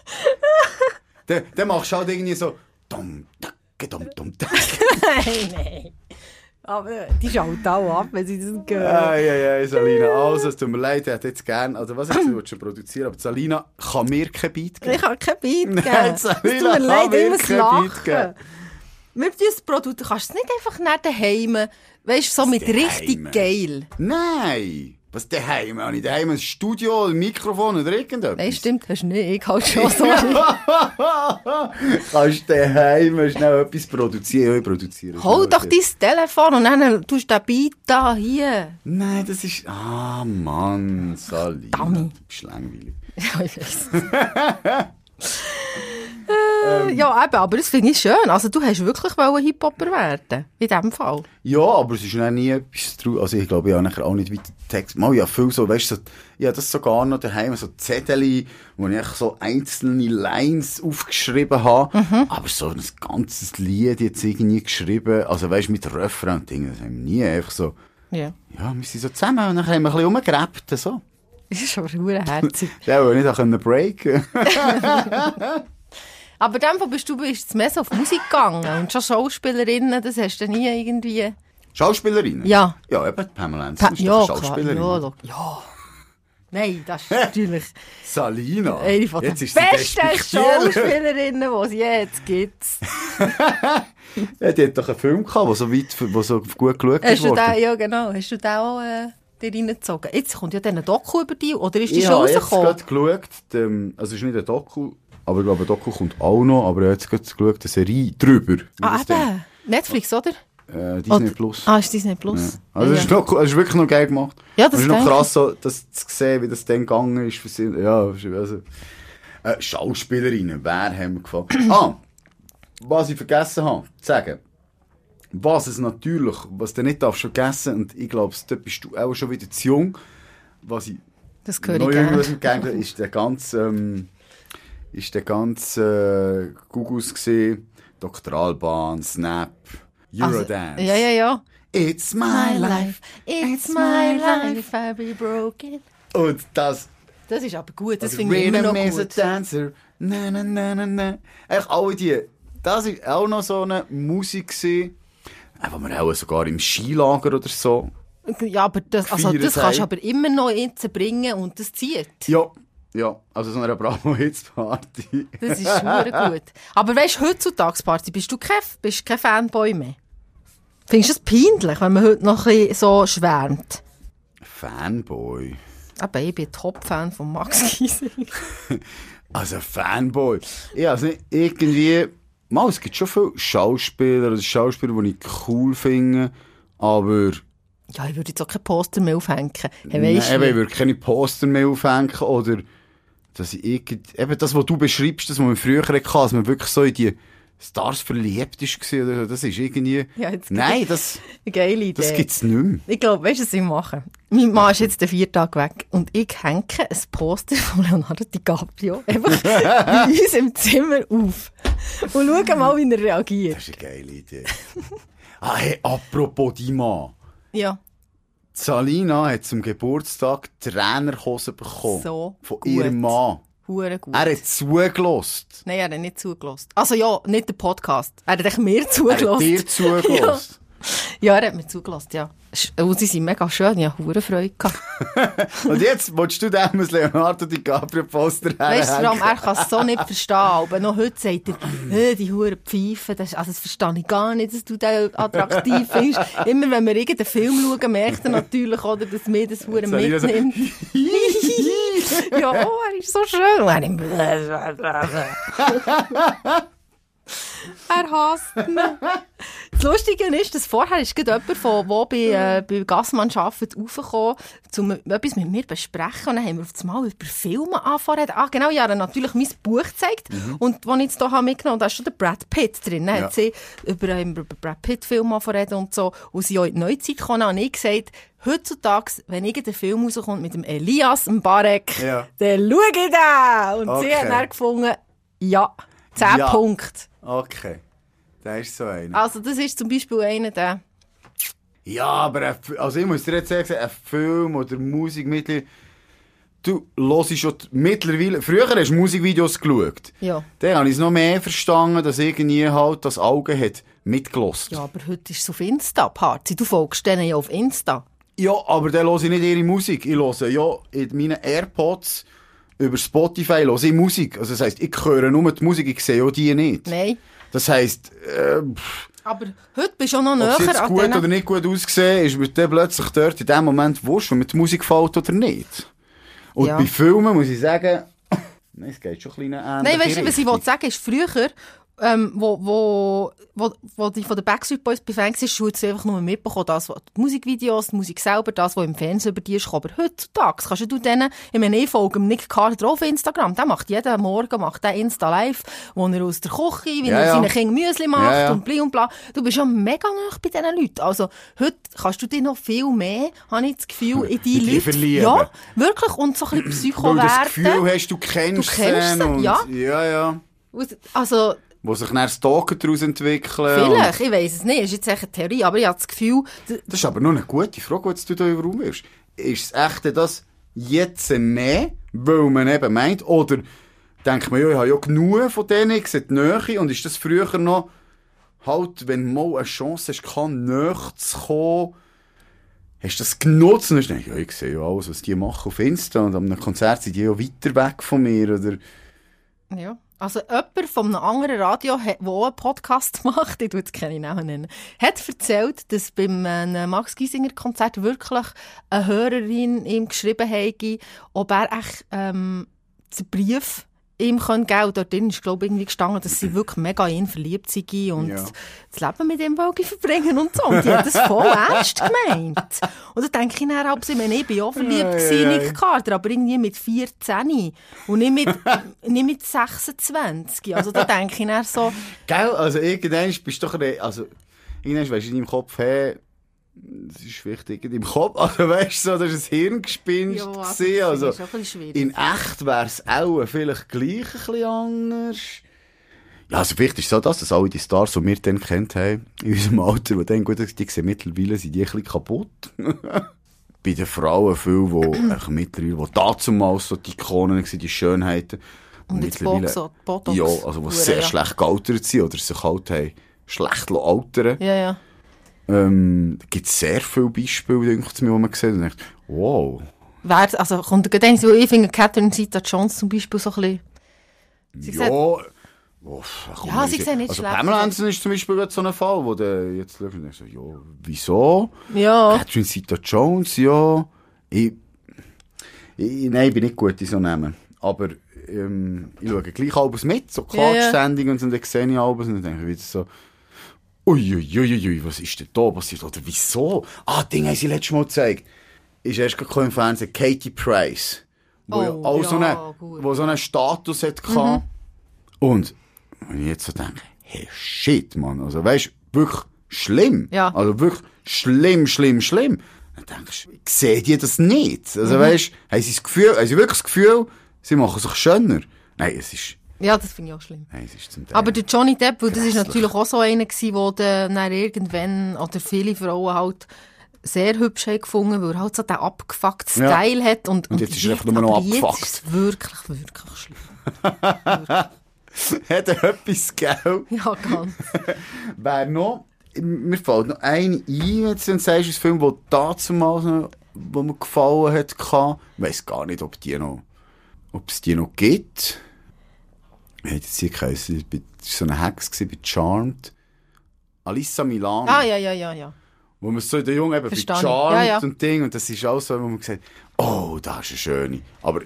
A: dann, dann machst du halt irgendwie so dumm, dacke, dumm, dumm, dacke.
C: Nein, nein. Aber Oh, die schaut auch ab, wenn sie das gehört.
A: Ei, ei,
C: (laughs)
A: ei, Salina. Also, es tut mir leid, ich hätte jetzt gerne, also was jetzt, du willst schon produzieren, aber die Salina kann mir kein Beat geben.
C: Ich habe kein Beat gegeben.
A: Nein,
C: Es tut mir
A: Sabina,
C: leid,
A: kann
C: ich muss
A: wirklich kein Beat
C: lachen. Wir tun das Produkt, du kannst es nicht einfach nach daheim, weißt du, so mit
A: Daheim.
C: richtig geil.
A: Nein! Was daheim? Habe ich daheim ein Studio, ein Mikrofon oder irgendetwas?
C: Nein, stimmt, hast du nicht. Ich halt schon so.
A: Kannst du daheim schnell etwas produzieren? Ja, ich produziere.
C: Hol
A: schnell
C: doch
A: etwas.
C: dein Telefon und dann tust du den Beat da hier.
A: Nein, das ist... Ah, Mann, Salina.
C: Dummy.
A: Du bist langweilig.
C: Ja, ich weiss. Äh, Ja, eben, aber das finde ich schön. Also du hast wirklich wollen Hip-Hopper werden. In dem Fall.
A: Ja, aber es ist dann nie etwas draus. Also ich glaube, ich habe nachher auch nicht weiter Text. Mal, ja, viel so, weißt du, so, ich habe das sogar noch daheim, so Zettel, wo ich echt so einzelne Lines aufgeschrieben habe.
C: Mhm.
A: Aber so ein ganzes Lied jetzt irgendwie geschrieben, also weißt du, mit Refrain und Dingen, das haben wir nie einfach so,
C: Ja. (laughs)
A: ja, wir sind so zusammen und dann haben wir ein bisschen rumgerebt, so.
C: Das ist aber verdammt herzig.
A: Ja, weil ich nicht einen Break.
C: Aber in dem Fall bist du bist mehr so auf Musik gegangen. Und schon Schauspielerinnen, das hast du nie irgendwie...
A: (laughs) Schauspielerin?
C: Ja.
A: Ja, eben, Pamela
C: Pa
A: Anderson ist
C: ja,
A: doch
C: klar.
A: Schauspielerin.
C: Ja, lo- ja. Nein, das ist natürlich
A: Salina.
C: eine von den
A: Jetzt ist sie
C: besten
A: despektierlich.
C: Schauspielerinnen, die es
A: (laughs)
C: jetzt gibt.
A: Ja, die hat doch einen Film gehabt, der so weit, der so gut geschaut
C: Hast du
A: worden.
C: den, ja genau, hast du den auch äh, dir reingezogen? Jetzt kommt ja dann ein Doku über dich, oder ist die
A: Ich
C: schon
A: habe jetzt
C: rausgekommen?
A: gerade geschaut, ähm, also es ist nicht ein Doku, aber ich glaube, ein Doku kommt auch noch, aber ich habe jetzt gerade geschaut, eine Serie drüber. wie
C: Ah,
A: das denn-
C: eben. Netflix, oder?
A: Äh, Disney
C: Oder-
A: Plus.
C: Ah, ist Disney
A: Ja.
C: Plus.
A: Also es ist, noch, cool, es ist wirklich noch geil gemacht.
C: Ja, das
A: es ist noch
C: denke
A: krass, so, das zu sehen, wie das dann gegangen ist. Für sie, ja, ist- also, äh, Schauspielerinnen, wer haben wir gefallen? (clears throat) ah, was ich vergessen habe, zu sagen. Was es natürlich, was du nicht darfst vergessen, und ich glaube, da bist du auch schon wieder zu jung, was ich
C: das höre ich
A: neu jünger
C: gerne.
A: entgegen ist der ganz, ähm, ist der ganz äh, Gugus gesehen, Doktoralbahn, Snap, Eurodance.
C: Also, ja, ja, ja.
A: It's my life.
C: it's my life, I'll be broken.
A: Und das.
C: Das ist aber gut, das
A: also,
C: finde ich immer noch
A: Rhythm is a
C: gut.
A: dancer. Na, na, na, na, na. Echt alle die. Das war auch noch so eine Musik, gewesen, äh, die wir auch sogar im Skilager oder so.
C: Ja, aber das, also,
A: Feiern
C: das kannst du
A: sei.
C: aber immer noch jetzt bringen und das zieht.
A: Ja. Ja, also so eine
C: (laughs)
A: Bravo-Hits-Party. (laughs)
C: Das ist super gut. Aber weißt du, heutzutage, Party, bist du kein, bist kein Fanboy mehr? Findest du es peinlich, wenn man heute noch ein bisschen so schwärmt?
A: Fanboy.
C: Aber ich bin Top-Fan von Max Giesinger.
A: Also Fanboy. Ja, also nicht irgendwie. Mal, es gibt schon viele Schauspieler oder Schauspieler, die ich cool finde, aber.
C: (laughs) Ja, ich würde jetzt auch kein Poster mehr aufhängen. Hey,
A: Nein,
C: weißt
A: eben, ich
C: du?
A: würde keine Poster mehr aufhängen oder dass ich irgend, eben das, was du beschreibst, das, was man früher hatte, dass man wirklich so in die Stars verliebt ist gewesen oder so, das ist irgendwie,
C: Ja, jetzt Äh. gibt
A: nein, das,
C: Eine geile Idee.
A: das gibt's nicht mehr.
C: Ich glaube, weißt du, was ich mache? Mein Mann ist jetzt den vier Tage weg und ich hänge ein Poster von Leonardo DiCaprio (laughs) einfach bei uns im Zimmer auf. Und schau mal, wie er reagiert.
A: Das ist eine geile
C: (laughs)
A: Idee. ah, hey, apropos Dima.
C: Ja.
A: Salina hat zum Geburtstag Trainerhosen bekommen.
C: So
A: Von
C: gut.
A: ihrem Mann.
C: Hure gut.
A: Er hat zugelost.
C: Nein, er hat nicht zugelassen. Also ja, nicht den Podcast. Er hat echt mir
A: Er
C: (laughs)
A: hat dir
C: zugelassen.
A: zugelost.
C: (laughs) Ja, er hat mir zugelassen, ja. Sch- Und sie sind mega schön, ja, hure Freude gehabt.
A: Und jetzt willst du dem ein Leonardo DiCaprio-Poster
C: Weißt du, vor
A: herhängen?
C: allem, er kann es so nicht verstehen. Aber noch heute sagt er, «Äh, die hure Pfeife, das, ist- also das verstehe ich gar nicht, dass du den attraktiv findest. Immer wenn wir irgendeinen Film schauen, merkt er natürlich, oder, dass mir das hure
A: Jetzt habe ich das-
C: mitnimmt.
A: (laughs)
C: (laughs) ja, oh, er ist so schön. Und er immer, Er hasst mich. Das Lustige ist, dass vorher ist gerade jemand von wo bei, äh, bei Gassmann arbeitet raufgekommen, um etwas mit mir zu besprechen. Und dann haben wir auf einmal über Filme angefangen. Ah, genau, ja, er hat natürlich mein Buch gezeigt. Und das ich jetzt hier habe mitgenommen habe, da ist schon der Brad Pitt drin. Dann
A: Mhm. Ja.
C: hat sie über, äh, über Brad Pitt-Filme angefangen und so. Und sie auch in die Neuzeit gekommen. Und ich gesagt, heutzutage, wenn irgendein Film rauskommt mit dem Elias und Barek,
A: Ja.
C: dann schaue ich den. Und sie
A: Okay.
C: hat dann gefunden, ja, 10
A: Ja.
C: Punkte.
A: Okay. Da ist so einer.
C: Also das ist zum Beispiel einer, der...
A: Ja, aber ein Fi- also ich muss dir jetzt sagen, ein Film oder Musik mittlerweile... Du hörst schon die- mittlerweile... Früher hast du Musikvideos geschaut.
C: Ja.
A: Dann habe ich es noch mehr verstanden, dass irgendwie halt das Auge hat mitgelost.
C: Ja, aber heute ist es auf Insta, Party. Du folgst denen ja auf Insta.
A: Ja, aber dann höre ich nicht ihre Musik. Ich höre ja in meinen AirPods über Spotify höre ich Musik. Also das heisst, ich höre nur die Musik, ich sehe ja die nicht.
C: Nein.
A: Das heisst, äh, pff,
C: Aber heute bist du auch noch
A: ob sie
C: näher
A: jetzt
C: an
A: gut
C: denen.
A: oder nicht gut ausgesehen ist mir dann plötzlich dort in dem Moment wurscht, wenn mir die Musik gefällt oder nicht. Und
C: Ja.
A: bei Filmen muss ich sagen, (laughs) nein, es geht schon ein bisschen
C: Nein, weißt du, was ich wollte sagen, ist früher, ähm, wo, wo, wo, wo die von den Backstreet Boys befangen ist, hast du einfach nur mitbekommen, das, was die Musikvideos, die Musik selber, das, was im Fernsehen über die ist. gekommen. Aber heutzutage kannst du denen, ich meine, ich folge dem Nick Carter drauf auf Instagram, der macht jeden Morgen macht der Insta live, wo er aus der Küche, wie
A: Ja,
C: er
A: ja.
C: seinen Kindern Müsli macht
A: Ja, ja.
C: und bli und bla. Du bist ja mega nah bei diesen Leuten. Also, heute kannst du dich noch viel mehr, habe ich das Gefühl,
A: (laughs)
C: in die
A: In die
C: Leute...
A: verlieben.
C: Ja, wirklich, und so ein bisschen Psycho
A: Weil du das
C: werden.
A: Gefühl hast, du kennst,
C: Du kennst
A: sie.
C: sie,
A: Und,
C: ja.
A: ja, ja.
C: Also,
A: Wo sich dann Stalker daraus entwickeln. und-
C: Vielleicht, ich weiß es nicht, ist jetzt echt eine Theorie, aber ich habe das Gefühl, d-
A: Das ist aber nur eine gute Frage, die jetzt du da im Raum wirst. Ist es echt das jetzt nehmen, weil man eben meint, oder denkt man, ja, ich habe ja genug von denen, ich sehe die Nähe, und ist das früher noch halt, wenn du mal eine Chance hast, kann näher zu kommen, hast du das genutzt und hast gedacht, ja, ich sehe ja alles, was die machen auf Insta, und an einem Konzert sind die ja weiter weg von mir, oder...
C: ja. Also jemand von einem anderen Radio, der auch einen Podcast (laughs) macht, ich tu jetzt keine Namen nennen, hat erzählt, dass beim äh, Max Giesinger Konzert wirklich eine Hörerin ihm geschrieben hätte, ob er echt ähm, den Brief ihm können geben könnte. Dort drin ist, glaube ich, irgendwie gestanden, dass sie wirklich mega in ihn verliebt sei und
A: Ja.
C: das Leben mit ihm wollte verbringen und so. Und die hat das
A: (laughs)
C: voll ernst gemeint. Und da denke ich dann, halt, ich meine, ich bin auch verliebt
A: Ei,
C: gewesen,
A: ei, ei.
C: Nick Carter, aber irgendwie mit 14 und nicht (laughs) mit, nicht mit 26. Also da denke ich dann so,
A: Gell, also irgendwann bist du doch, re- also, irgendwann weisst du in deinem Kopf, hey, das ist wichtig, in deinem Kopf, (laughs) also weisst du, so, das ist ein Hirngespinst
C: also, das
A: gewesen,
C: finde
A: also,
C: ich schon ein bisschen schwierig.
A: in echt wär's auch vielleicht gleich ein bisschen anders. Ja, also vielleicht ist es so das, dass alle die Stars, die wir dann kennt haben, in unserem Alter, die dann gut die sehen mittlerweile, sind die ein bisschen kaputt. (laughs) Bei den Frauen viel, die eigentlich mittlerweile, die dazumals so die Ikonen waren, die Schönheiten.
C: Und jetzt Boxo- Botox.
A: Ja, also die
C: Hure,
A: sehr
C: ja.
A: schlecht gealtert sind oder sich halt haben schlecht altern
C: ja, ja.
A: ähm, Da gibt es sehr viele Beispiele, denke ich mir, die man sieht und denkt, wow.
C: Wer, also kommt gerade eins, weil ich finde Catherine Zeta-Jones zum Beispiel so ein bisschen... Sie
A: ja,
C: sieht-
A: Uff, komm,
C: Ja, sie
A: ist-
C: sehen nicht
A: also
C: schlecht
A: Pamela
C: aus.
A: Anderson ist zum Beispiel gerade so ein Fall, wo du jetzt schaust und denkst, so, ja, wieso?
C: Ja,
A: Catherine Zeta-Jones, ja. Ich, ich, nein, ich bin nicht gut in so Namen. Aber ähm, ich schaue gleich alles mit, so
C: Ja, ja.
A: klatschständig und so, und dann sehe ich alles und dann denke ich wieder so, uiuiuiui, was ist denn da passiert? Oder wieso? Ah, Ding haben sie letztes Mal gezeigt. Ist erst gerade im Fernsehen, Katie Price. Wo ja
C: Oh,
A: auch so,
C: ja,
A: einen,
C: gut. Mhm.
A: wo so einen Status hat gehabt. Und wenn ich jetzt so denke, hey, shit, Mann. Also weißt du, wirklich schlimm.
C: Ja.
A: Also wirklich schlimm, schlimm, schlimm. Dann denkst du, seht ihr das nicht? Also
C: Mhm.
A: weißt du, haben sie das Gefühl, haben sie wirklich das Gefühl, sie machen sich schöner? Nein, es ist,
C: ja das finde ich auch schlimm.
A: nein, es ist zum Teil.
C: Aber der Johnny Depp, weil das ist
A: Grässlich.
C: natürlich auch so einer gewesen, wo der dann irgendwann, oder viele Frauen halt, sehr hübsch haben gefunden, weil er halt so den abgefuckten
A: Ja.
C: Style hat. Und,
A: Und jetzt ist er
C: jetzt-
A: einfach nur noch
C: aber jetzt
A: abgefuckt.
C: ist es wirklich, wirklich schlimm.
A: (laughs)
C: (laughs)
A: hat er etwas, gell?
C: Ja, (laughs) ganz.
A: Wer noch, mir fällt noch eine ein, wenn du dann sagst, ein Film, der damals noch, wo mir gefallen hat, hatte. ich weiss gar nicht, ob die noch, ob es die noch gibt. Ich hätte jetzt hier geheißen, ich war so eine Hex gewesen, bei Charmed. Alissa Milano,
C: Ah, ja, ja, ja, ja.
A: wo man so in der Jungen eben bei
C: Verstehe ich.
A: Charmed
C: Ja, ja.
A: und Ding, und das ist auch so, wo man gesagt oh, das ist eine schöne. Aber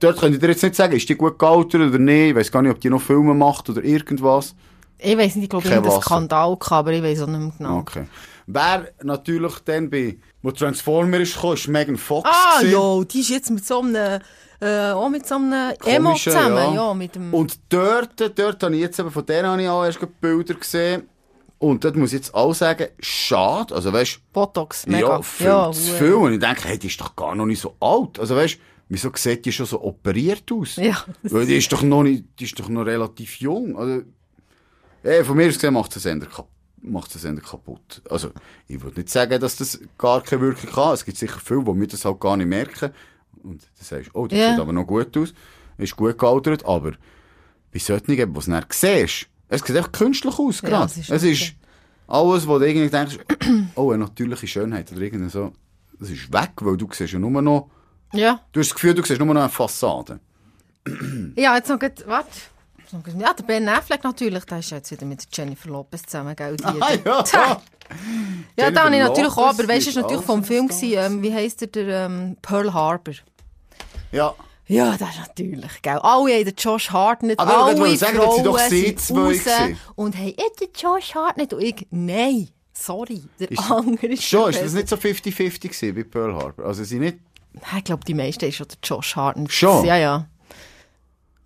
A: dort könnt ihr dir jetzt nicht sagen, ist die gut gealtert oder nicht, ich weiss gar nicht, ob die noch Filme macht oder irgendwas.
C: Ich weiß nicht, ich glaube,
A: Kein
C: irgendein
A: Wasser.
C: Skandal gehabt, aber ich weiß auch nicht mehr genau.
A: Okay. Wer natürlich dann bei, wo Transformer ist gekommen, ist Megan Fox.
C: Ah,
A: gewesen.
C: ja, die ist jetzt mit so einem, äh, auch mit so einem Emo
A: Komischer,
C: zusammen. Ja, mit dem...
A: Und dort, dort habe ich jetzt eben, von denen habe ich auch erst gerade Bilder gesehen. Und dort muss ich jetzt auch sagen, schade. Also weißt
C: Botox,
A: du,
C: mega.
A: ja, viel zu
C: hure.
A: viel. Und ich denke, hey, die ist doch gar noch nicht so alt. Also weißt du, wieso sieht die schon so operiert aus?
C: Ja.
A: Weil die ist doch noch nicht, die ist doch noch relativ jung. Also, eh, von mir aus gesehen macht es einen Sender kap- macht es endlich kaputt. Also, ich würde nicht sagen, dass das gar keine Wirkung hat. Es gibt sicher viele, die mir das halt gar nicht merken. Und dann sagst du, oh, das
C: Ja.
A: sieht aber noch gut aus. Ist gut gealtert, aber bei solchen, die du es dann siehst, es sieht echt künstlich aus,
C: Ja,
A: gerade.
C: es ist
A: es
C: nicht
A: ist
C: so.
A: alles, wo du irgendwie denkst, (clears throat) oh, eine natürliche Schönheit oder irgendwie so. Das ist weg, weil du siehst ja nur noch,
C: Ja.
A: du hast das Gefühl, du siehst nur noch eine Fassade.
C: Ja, jetzt noch gut, warte. Jetzt noch gut- Ja, der Ben Affleck natürlich, der ist ja jetzt wieder mit der Jennifer Lopez zusammen, gell? Die,
A: Ah, (laughs) ja.
C: Tja. ja, oh,
A: Jennifer
C: da habe ich natürlich auch,
A: Lopez
C: aber weißt du, ist
A: ist
C: natürlich
A: alles
C: vom Film,
A: ganz-
C: gewesen, ähm, wie heisst der, der ähm, Pearl Harbor.
A: Ja.
C: Ja, das ist natürlich, gell? Alle haben den Josh Hartnett,
A: Aber ich
C: alle
A: wollte sagen, das sind doch
C: Frauen
A: sie
C: sind
A: zwei
C: raus
A: gewesen.
C: Und hey, ich den Josh Hartnett und ich, nein, sorry, der
A: Ist-
C: andere ist
A: Schon, ist
C: der
A: das nicht so 50-50 gewesen bei Pearl Harbor? Also, sie nicht,
C: Nein, Ich glaube, die meisten ist schon der Josh Hartnett.
A: Schon?
C: Ja, ja.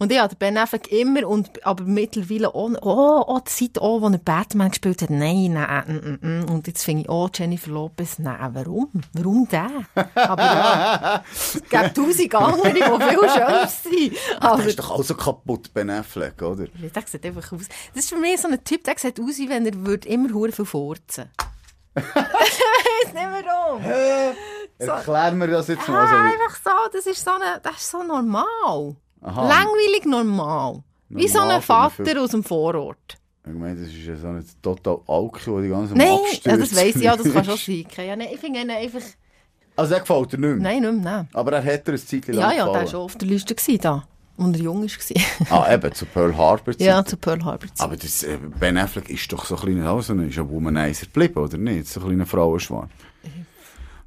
C: Und ja, der Ben Affleck immer, und, aber mittlerweile auch, oh, oh, die Zeit auch, als er Batman gespielt hat. Nein, nein, mm, mm, mm. Und jetzt finde ich auch Jennifer Lopez, nein, warum? Warum der? Aber ja,
A: (laughs)
C: es gibt tausend andere, die viel schöner sind. Aber
A: Ah, das ist doch auch so kaputt, Ben Affleck, oder?
C: der sieht einfach aus. Das ist für mich so ein Typ, der sieht aus, wie wenn er würde immer hure viel furzen Ich weiß nicht warum.
A: Erklär mir das jetzt mal.
C: Ah,
A: Also,
C: einfach so, das ist so, eine, das ist so normal.
A: Aha.
C: Langweilig normal. Wie so
A: Normal
C: ein
A: finde ich
C: Vater aus dem Vorort.
A: ich meine, das ist ja so ein total Alki, der die ganze Zeit
C: Nein,
A: abstürzt.
C: ja, das weiss ich ja,
A: (laughs)
C: das kann schon sein. Ja, nein, ich finde ihn einfach...
A: Also, er gefällt dir nicht mehr.
C: Nein, nicht mehr, nein.
A: Aber er hat dir ein Zeitchen lang
C: Ja, ja, der
A: gefallen.
C: war schon auf der Liste, gewesen, da, als er jung war.
A: Ah, eben, zu Pearl Harbor Zeit.
C: ja, zu Pearl Harbor.
A: Aber das, äh, Ben Affleck ist doch so ein kleiner Haus, ist ein Womanizer geblieben, oder nicht? So ein kleiner Frauenschwarm.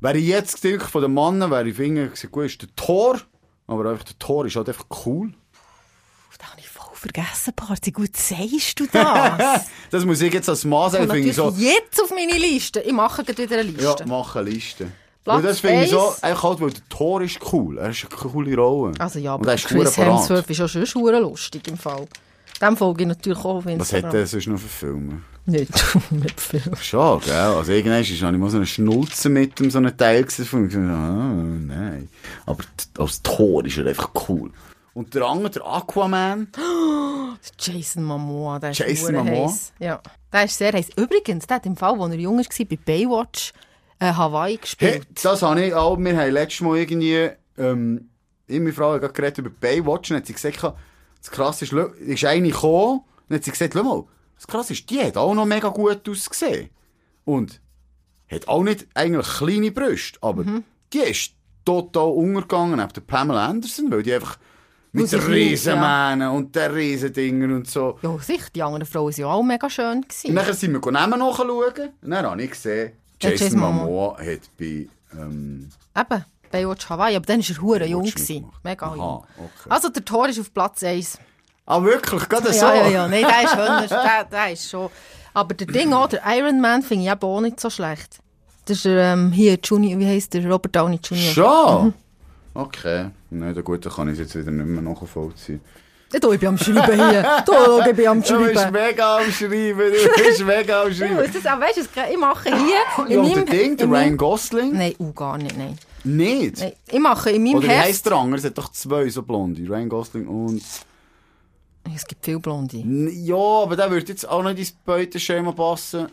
A: Wäre ich jetzt gedacht von den Männern, wäre ich finger gesagt, gut, ist der Tor. Aber einfach der Tor ist halt einfach cool.
C: Puh, Das habe ich voll vergessen, Party. Gut, sagst du das?
A: Das muss ich jetzt als Mann sagen,
C: Und
A: finde ich
C: natürlich
A: so.
C: jetzt auf meine Liste. Ich mache gerade wieder eine
A: Ja,
C: Liste.
A: machen Listen.
C: Platz
A: und das finde ich so,
C: eins.
A: einfach halt, weil der Tor ist cool. Er ist eine coole Rolle.
C: also ja,
A: und er
C: aber
A: ist verdammt
C: Chris
A: parat.
C: Hemsworth ist ja schon hure lustig im Fall. Dem folge ich natürlich auch auf
A: Was
C: Instagram.
A: hat er sonst noch für Filme?
C: Nicht, (laughs) nicht viel.
A: Schade, gell? Also irgendwann war ich mal so eine Schnulze mit ihm, so einem Teil gewesen von mir. Ich dachte, ah, nein. Aber t- als Tor ist er einfach cool. Und der andere, der Aquaman,
C: Jason Momoa, der ist
A: Jason
C: hure
A: Momoa?
C: heiss. Ja, der ist sehr heiß. Übrigens, der hat im Fall, als er jung war, bei Baywatch äh, Hawaii
A: hey,
C: gespielt.
A: das habe ich auch, wir haben letztes Mal irgendwie, ähm, ich und meine Frau haben gerade geredet über Baywatch und hat sie gesagt, das krass ist, schau, ist eine gekommen und hat sie gesagt, schau mal, das krass ist, die hat auch noch mega gut ausgesehen. Und hat auch nicht eigentlich kleine Brüste, aber die ist total untergegangen neben der Pamela Anderson, weil die einfach mit
C: sie
A: den
C: klein ist, ja.
A: Riesenmähnen und den Riesendingern und so.
C: Ja, sicher, die anderen Frauen waren ja auch mega schön.
A: Und
C: Gewesen.
A: nachher sind wir nebenan nachschauen und dann habe ich gesehen,
C: Ja,
A: Jason,
C: Jason Momoa.
A: Momoa hat bei... Ähm,
C: Eben, Baywatch Hawaii, aber dann war er hure jung.
A: Baywatch
C: Gewesen.
A: mitgemacht.
C: Mega
A: Aha,
C: jung.
A: okay.
C: Also der Tor ist auf Platz 1.
A: ah wirklich, gerade so?
C: Ja, ja, ja, nein, der ist schon, der, der ist schon. Aber der Ding auch, der Iron Man finde ich eben auch nicht so schlecht. Das ist der, ähm, hier, Junior, wie heisst der, Robert Downey Jr.
A: Schon? Okay. Nein, da gut, dann kann ich es jetzt wieder nicht mehr nachvollziehen.
C: Da, ich bin am Schreiben (laughs) hier. Da, ich bin am
A: Du
C: Schreiben.
A: bist mega am (laughs) Schreiben, du bist mega am
C: Ja,
A: Schreiben.
C: es ist auch, weißt du, ich mache
A: Ja,
C: hier in
A: und der
C: meinem...
A: Ding, der
C: in meinem-
A: Ryan Gosling?
C: Nein, uh, gar nicht, nein.
A: Nicht?
C: nein. Ich mache in meinem
A: Oder wie heisst
C: Heft...
A: der andere? Es hat doch zwei so blonde. Ryan Gosling und...
C: Es gibt viele Blonde.
A: N- Ja, aber der würde jetzt auch nicht ins Beuteschema passen.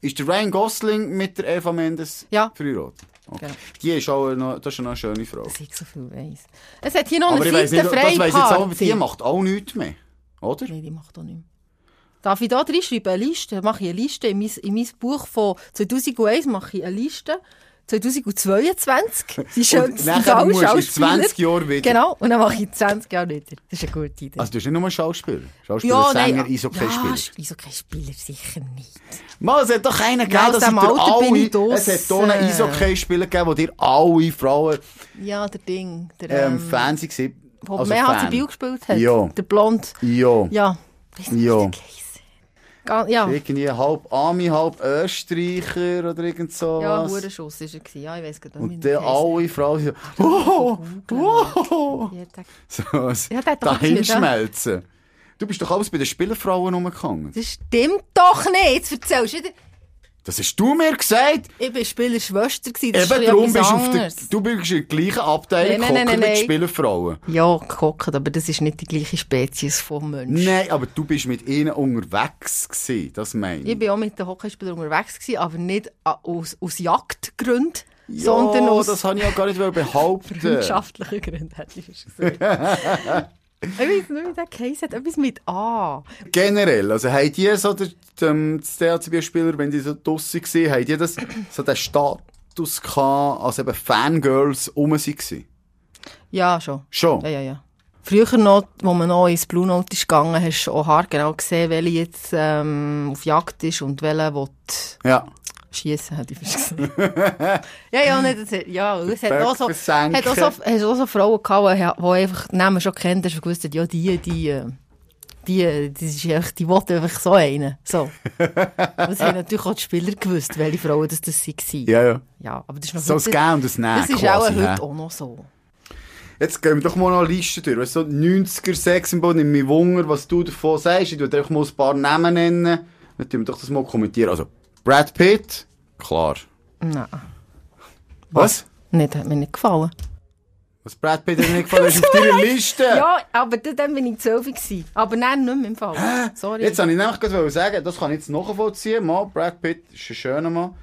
A: Ist der Ryan Gosling mit der Eva Mendes
C: Ja.
A: verheiratet? Okay.
C: Genau.
A: Die ist auch noch, das ist auch noch eine schöne Frau.
C: Dass ich so viel weiss. Es hat hier noch
A: Aber
C: eine
A: ich weiss nicht,
C: Seite
A: das
C: frei.
A: weiss jetzt auch,
C: Party.
A: die macht auch nichts mehr. Oder?
C: Nein, die macht auch nicht mehr. Darf ich da reinschreiben? Eine Liste? Mache ich eine Liste. In mein, in mein Buch von 2001 mache ich eine Liste. 2022. Die
A: Und
C: schönsten
A: nachher musst du in
C: Schauspieler.
A: 20 Jahren wieder.
C: Genau, und dann mache ich in 20 Jahre wieder. Das ist eine gute Idee.
A: Also du bist nicht nur Schauspieler. Schauspieler, Sänger,
C: ja,
A: Eishockeyspieler.
C: Eishockeyspieler sicher nicht.
A: Mal, es hat doch einen gegeben,
C: aus
A: dass
C: dem
A: ich dir
C: Alter bin ich
A: alle... Es hat hier
C: draussen.
A: einen Eishockeyspieler gegeben, wo dir alle Frauen
C: Ja, der Ding. Der,
A: ähm,
C: ähm,
A: Fans waren.
C: wo mehr
A: Fan.
C: HCB gespielt hat.
A: Ja.
C: Der Blond.
A: Ja.
C: Ja. Weiss nicht,
A: Ja.
C: wie der heisst. Ga- Ja.
A: Irgendwie halb Ami, halb Österreicher oder irgend so
C: Ja,
A: was.
C: Hurenschuss war er. gewesen. Ja, ich weiss gar nicht,
A: Und
C: wie
A: dann
C: der heisst.
A: alle Frauen so... Oh, oh,
C: Jeden Tag.
A: So was.
C: Ja, der hat doch etwas
A: Dahin
C: mit-
A: schmelzen. Du bist doch alles bei den Spielerfrauen rumgegangen.
C: Das stimmt doch nicht. Jetzt erzählst du wieder.
A: Das hast du mir gesagt.
C: Ich war Spielerschwester, gewesen, das
A: Eben
C: ist
A: darum
C: etwas
A: bist du auf der,
C: anderes.
A: du bist in der gleichen Abteilung
C: Nein, nein, nein,
A: Kocker
C: nein,
A: mit
C: nein.
A: Spielerfrauen.
C: Ja, gehockt, aber das ist nicht die gleiche Spezies von Mensch.
A: Nein, aber du bist mit ihnen unterwegs gewesen, das meine
C: Ich war auch mit den Hockeyspielern unterwegs, gewesen, aber nicht a- aus, aus Jagdgründen,
A: Ja,
C: sondern aus
A: das äh, habe ich ja gar nicht wollen
C: (laughs)
A: behaupten.
C: freundschaftlichen Gründen, hätte ich fast gesagt.
A: (laughs)
C: ich weiß nicht, wie der Case hat etwas mit A.
A: Generell, also haben die so den, ähm, die DHCB-Spieler, wenn die so draussen waren, haben die das, so den Status gehabt, als eben Fangirls rum waren?
C: Ja, schon.
A: Schon?
C: Ja, ja, ja. Früher noch, wo man noch ins Blue Note ist gegangen, hast du auch haargenau gesehen, welche jetzt ähm, auf Jagd ist und welche will
A: Ja.
C: schiessen, hätte ich
A: (laughs)
C: fast gesagt. ja, ja, nicht, das, ja, es hat
A: Berg
C: auch so,
A: versenken.
C: hat auch so, hast auch so Frauen gehabt, die die einfach den Namen schon kennt, hast du gewusst, ja, die, die, äh, die, äh, das ist echt, die wollte einfach so einen,
A: (laughs)
C: so. Und das haben natürlich auch die Spieler gewusst, welche Frauen das, das waren.
A: Ja, ja.
C: ja, aber das ist noch
A: So das
C: heute,
A: Gehen und das Nehmen
C: das ist auch
A: quasi, hä?
C: heute auch noch so.
A: Jetzt gehen wir doch mal noch eine Liste durch. Weißt, du, so 90er Sexsymbol, nimm mich Wunder, was du davon sagst. Ich würde einfach mal ein paar Namen nennen. Dann tun wir doch das mal kommentieren. Also, Brad Pitt, klar.
C: Nein,
A: Was?
C: nicht, hat mir nicht gefallen.
A: Was Brad Pitt hat mir nicht gefallen, ist auf deiner Liste.
C: (laughs) Ja, aber dann dann bin ich zwölf. gewesen. Aber nein, nicht mehr im Fall. Sorry.
A: Jetzt wollte ich nämlich gerade sagen, das kann ich jetzt nachvollziehen. Mal, Brad Pitt ist ein schöner Mann.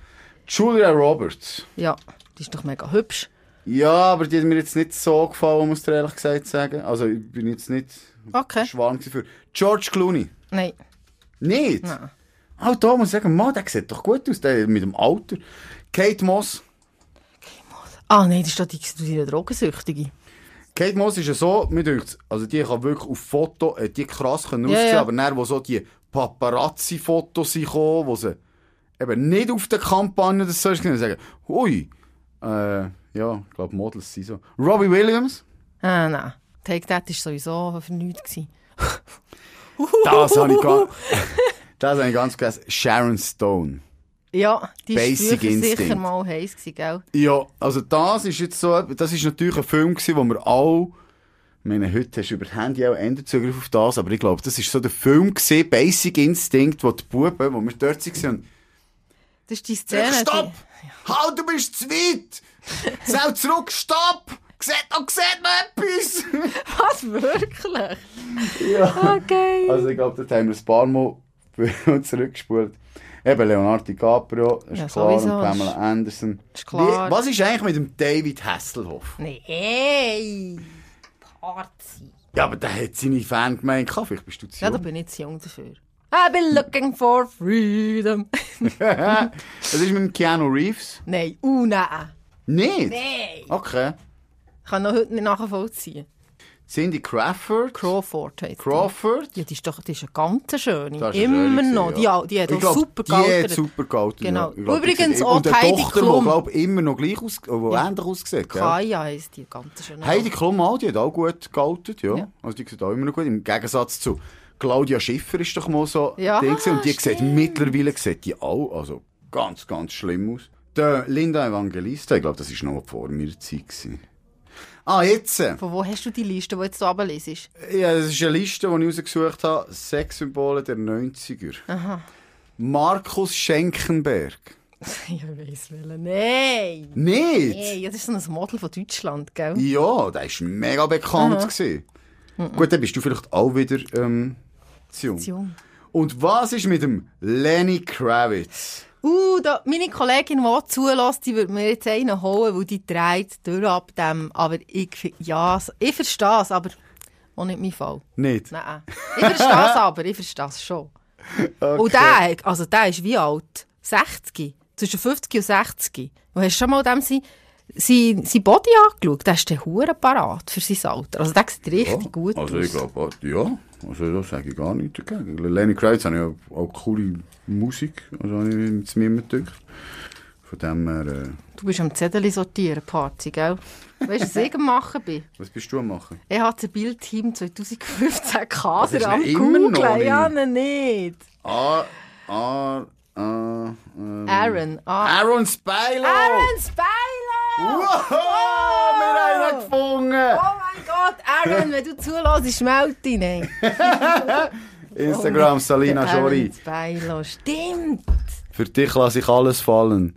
A: Julia Roberts.
C: Ja, die ist doch mega hübsch.
A: Ja, aber die hat mir jetzt nicht so gefallen, muss ich dir ehrlich gesagt sagen. Also, ich bin jetzt nicht
C: Okay.
A: schwarm gewesen für. George Clooney.
C: Nein.
A: Nicht? Ah, Nein. Auch da muss ich sagen, Mann, der sieht doch gut aus, der mit dem Alter. Kate Moss.
C: Ah, nein, das ist doch die, die Drogensüchtige.
A: Kate Moss ist ja so, mir denkt, also die kann wirklich auf Foto, äh, die krass können
C: Ja,
A: aussehen,
C: ja.
A: aber dann, wo so die Paparazzi-Fotos sind gekommen, wo sie eben nicht auf der Kampagne das sollst du sagen, ui, äh, ja, ich glaube Models sind so. Robbie Williams,
C: Ah, nein. Take That war sowieso für nichts. gewesen.
A: das habe ich,
C: (laughs)
A: ga- das hab ich ganz vergessen. Sharon Stone.
C: Ja, die war
A: Basic
C: früher sicher
A: Instinct.
C: mal heiß, gewesen, gell?
A: Ja, also das ist jetzt so, das ist natürlich ein Film gewesen, wo wir alle, ich meine, heute hast du über das Handy auch Enderzugriff auf das, aber ich glaube, das ist so der Film gewesen, Basic Instinct, wo die Buben, wo wir dort waren,
C: Das ist die Szene.
A: und
C: die-
A: stopp! Halt, du bist zu weit! Zähl zurück, stopp! Sieht noch, sieht noch etwas!
C: (laughs) Was, wirklich?
A: ja.
C: Okay.
A: Also ich glaube, das haben wir ein paar Mal (laughs) zurückgespult. Eben Leonardo DiCaprio, ist
C: Ja,
A: klar, und
C: sowieso,
A: Pamela Anderson.
C: ist klar.
A: Wie, was ist eigentlich mit dem David Hasselhoff?
C: Nee. Party.
A: Ja, aber der hat seine Fangemeinde gehabt. Vielleicht bist du zu
C: Ja, da
A: jung.
C: bin ich zu jung dafür. I've been looking for freedom. (laughs)
A: (laughs) Was ist mit dem Keanu Reeves?
C: nein, uh, nein.
A: Nicht?
C: Nein.
A: Okay.
C: Kann noch heute nicht nachvollziehen.
A: Cindy Crawford.
C: Crawford heisst die.
A: Crawford.
C: Ja, die ist doch die ist eine ganz schöne.
A: Das ist eine
C: Immer
A: schöne
C: noch.
A: gewesen,
C: Die,
A: ja.
C: al- die hat
A: Ich
C: auch
A: glaub,
C: super
A: Die
C: gealtert.
A: hat super gealtert.
C: Genau.
A: ja. Ich glaub,
C: Übrigens
A: die-
C: auch
A: Und der
C: Heidi
A: Tochter,
C: Klum.
A: die, glaub, immer noch gleich aus, wo ähnlich aussieht. gell?
C: Kaya heisst die ganz schöne.
A: Heidi Klum auch, die hat auch gut gealtert. Ja.
C: Ja.
A: Also die sieht auch immer noch gut. Im Gegensatz zu Claudia Schiffer ist doch mal so
C: Ja,
A: Ding gewesen. Und die sieht
C: stimmt.
A: mittlerweile sieht die auch also ganz, ganz schlimm aus. Der Linda Evangelista, ich glaube, das war noch vor meiner Zeit. Gewesen. Ah, jetzt! äh,
C: Von wo hast du die Liste, die jetzt hier (laughs) runterlesest?
A: Ja, das ist eine Liste, die ich rausgesucht habe. Sexsymbole der 90er. Markus Schenkenberg.
C: ich weiss welchen. Nein!
A: Nicht?
C: Nein, ja, das ist so ein Model von Deutschland, gell?
A: Ja, der war mega bekannt. Gewesen. Gut, dann bist du vielleicht auch wieder ähm, zu jung.
C: Zu jung.
A: Und was ist mit dem Lenny Kravitz?
C: Uh, da, meine Kollegin, die auch zulässt, die würde mir jetzt einen holen, weil die dreht durch ab dem. Aber ich, fi- ja, s- ich verstehe es, aber auch nicht mein Fall.
A: Nicht?
C: Nein. Ich verstehe es aber, ich verstehe es schon. Und der, also der ist wie alt? 60? Zwischen 50 und 60. Du hast schon mal dem sein, sein, sein Body angeschaut. Der ist der Hure parat für sein Alter. Also der sieht richtig gut
A: also
C: aus.
A: ich glaube, ja. Also da sage ich gar nichts dagegen. Lenny Kravitz hat ja auch coole Musik. Also habe ich jetzt mir immer gedacht. Von dem her... Äh,
C: Du bist am Zettel sortieren, Party, gell? Weißt du, was ich am machen bin?
A: was bist du am machen?
C: Ich hatte das Bildteam 2015
A: ist
C: Kader
A: noch
C: am
A: immer
C: Googlen.
A: noch nicht.
C: Ja, nein, nicht.
A: Ah, ah, ah... Äh,
C: Aaron. Ah.
A: Aaron Spilo!
C: Aaron Speiler!
A: Wow, wir haben ihn gefunden!
C: Oh mein Gott, Aaron, wenn du zulässt, melde dich. Nein.
A: Instagram, Salina
C: Der Aaron
A: Jory.
C: Speiler, stimmt.
A: Für dich lasse ich alles fallen.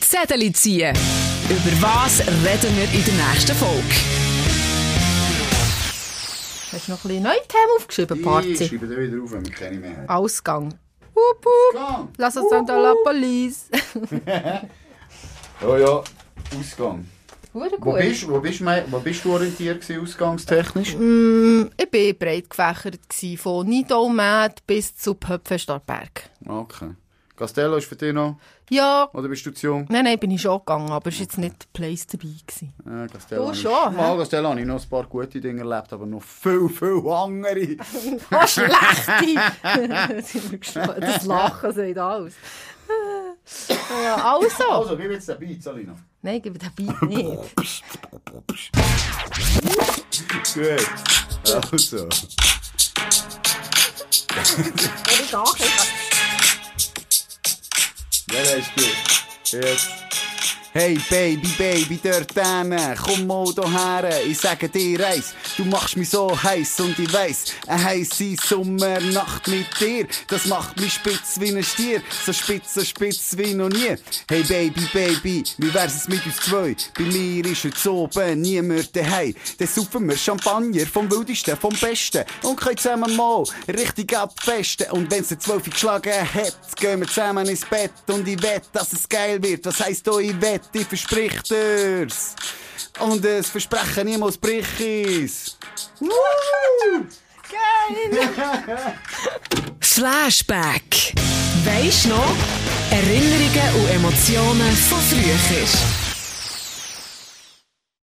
B: Zettel ziehen. Über was reden wir in der nächsten Folge?
C: Hast du noch ein bisschen neue Themen aufgeschrieben, Party?
A: schreibe da wieder auf, wenn wir keine mehr haben.
C: Ausgang. Wup, wup.
A: Ausgang!
C: Lass uns dann da la police.
A: Ja, ja, Ausgang.
C: (laughs) Hure
A: Wo
C: gut.
A: bist, wo, bist, mein- wo bist du orientiert gewesen, ausgangstechnisch?
C: Mm. Ich war breit gefächert, gewesen, von Nidolmät bis zu Pöpfenstadtberg.
A: Okay. Castello ist für dich noch?
C: Ja,
A: Oder bist du zu jung?
C: nein, nein, bin ich schon gegangen, aber es war jetzt nicht der Place dabei. (laughs) Gewesen.
A: Äh, Castello
C: Du
A: habe ich-
C: schon, hä?
A: Mal Castello habe ich noch ein paar gute Dinge erlebt, aber noch viel, viel andere.
C: Oh, (laughs) schlechte! Jetzt sind wir gespannt. das Lachen sagt (laughs) alles. Ja, also.
A: Also, gib jetzt den Beat, Salina.
C: Nein, gib den Beat (laughs) nicht.
A: Gut. Also.
C: Wenn ich ankomme.
A: Ja, dat is goed. Yes. Hey baby, baby, dort hinten, komm mal hierher, ich sage dir eins, du machst mich so heiß und ich weiss, eine heisse Sommernacht mit dir, das macht mich spitz wie ein Stier, so spitz, so spitz wie noch nie. Hey baby, baby, wie wär's es mit uns zwei? Bei mir ist heute oben niemand daheim, dann saufen wir Champagner vom Wildesten, vom Besten und können zusammen mal richtig abfesten und wenn's der Zwölfe geschlagen hat, gehen wir zusammen ins Bett und ich wette, dass es geil wird, was heisst da ich wette, ich versprich dir's und das Versprechen niemals brich ich's. (laughs)
B: Flashback. Weisst noch? Erinnerungen und Emotionen von früher.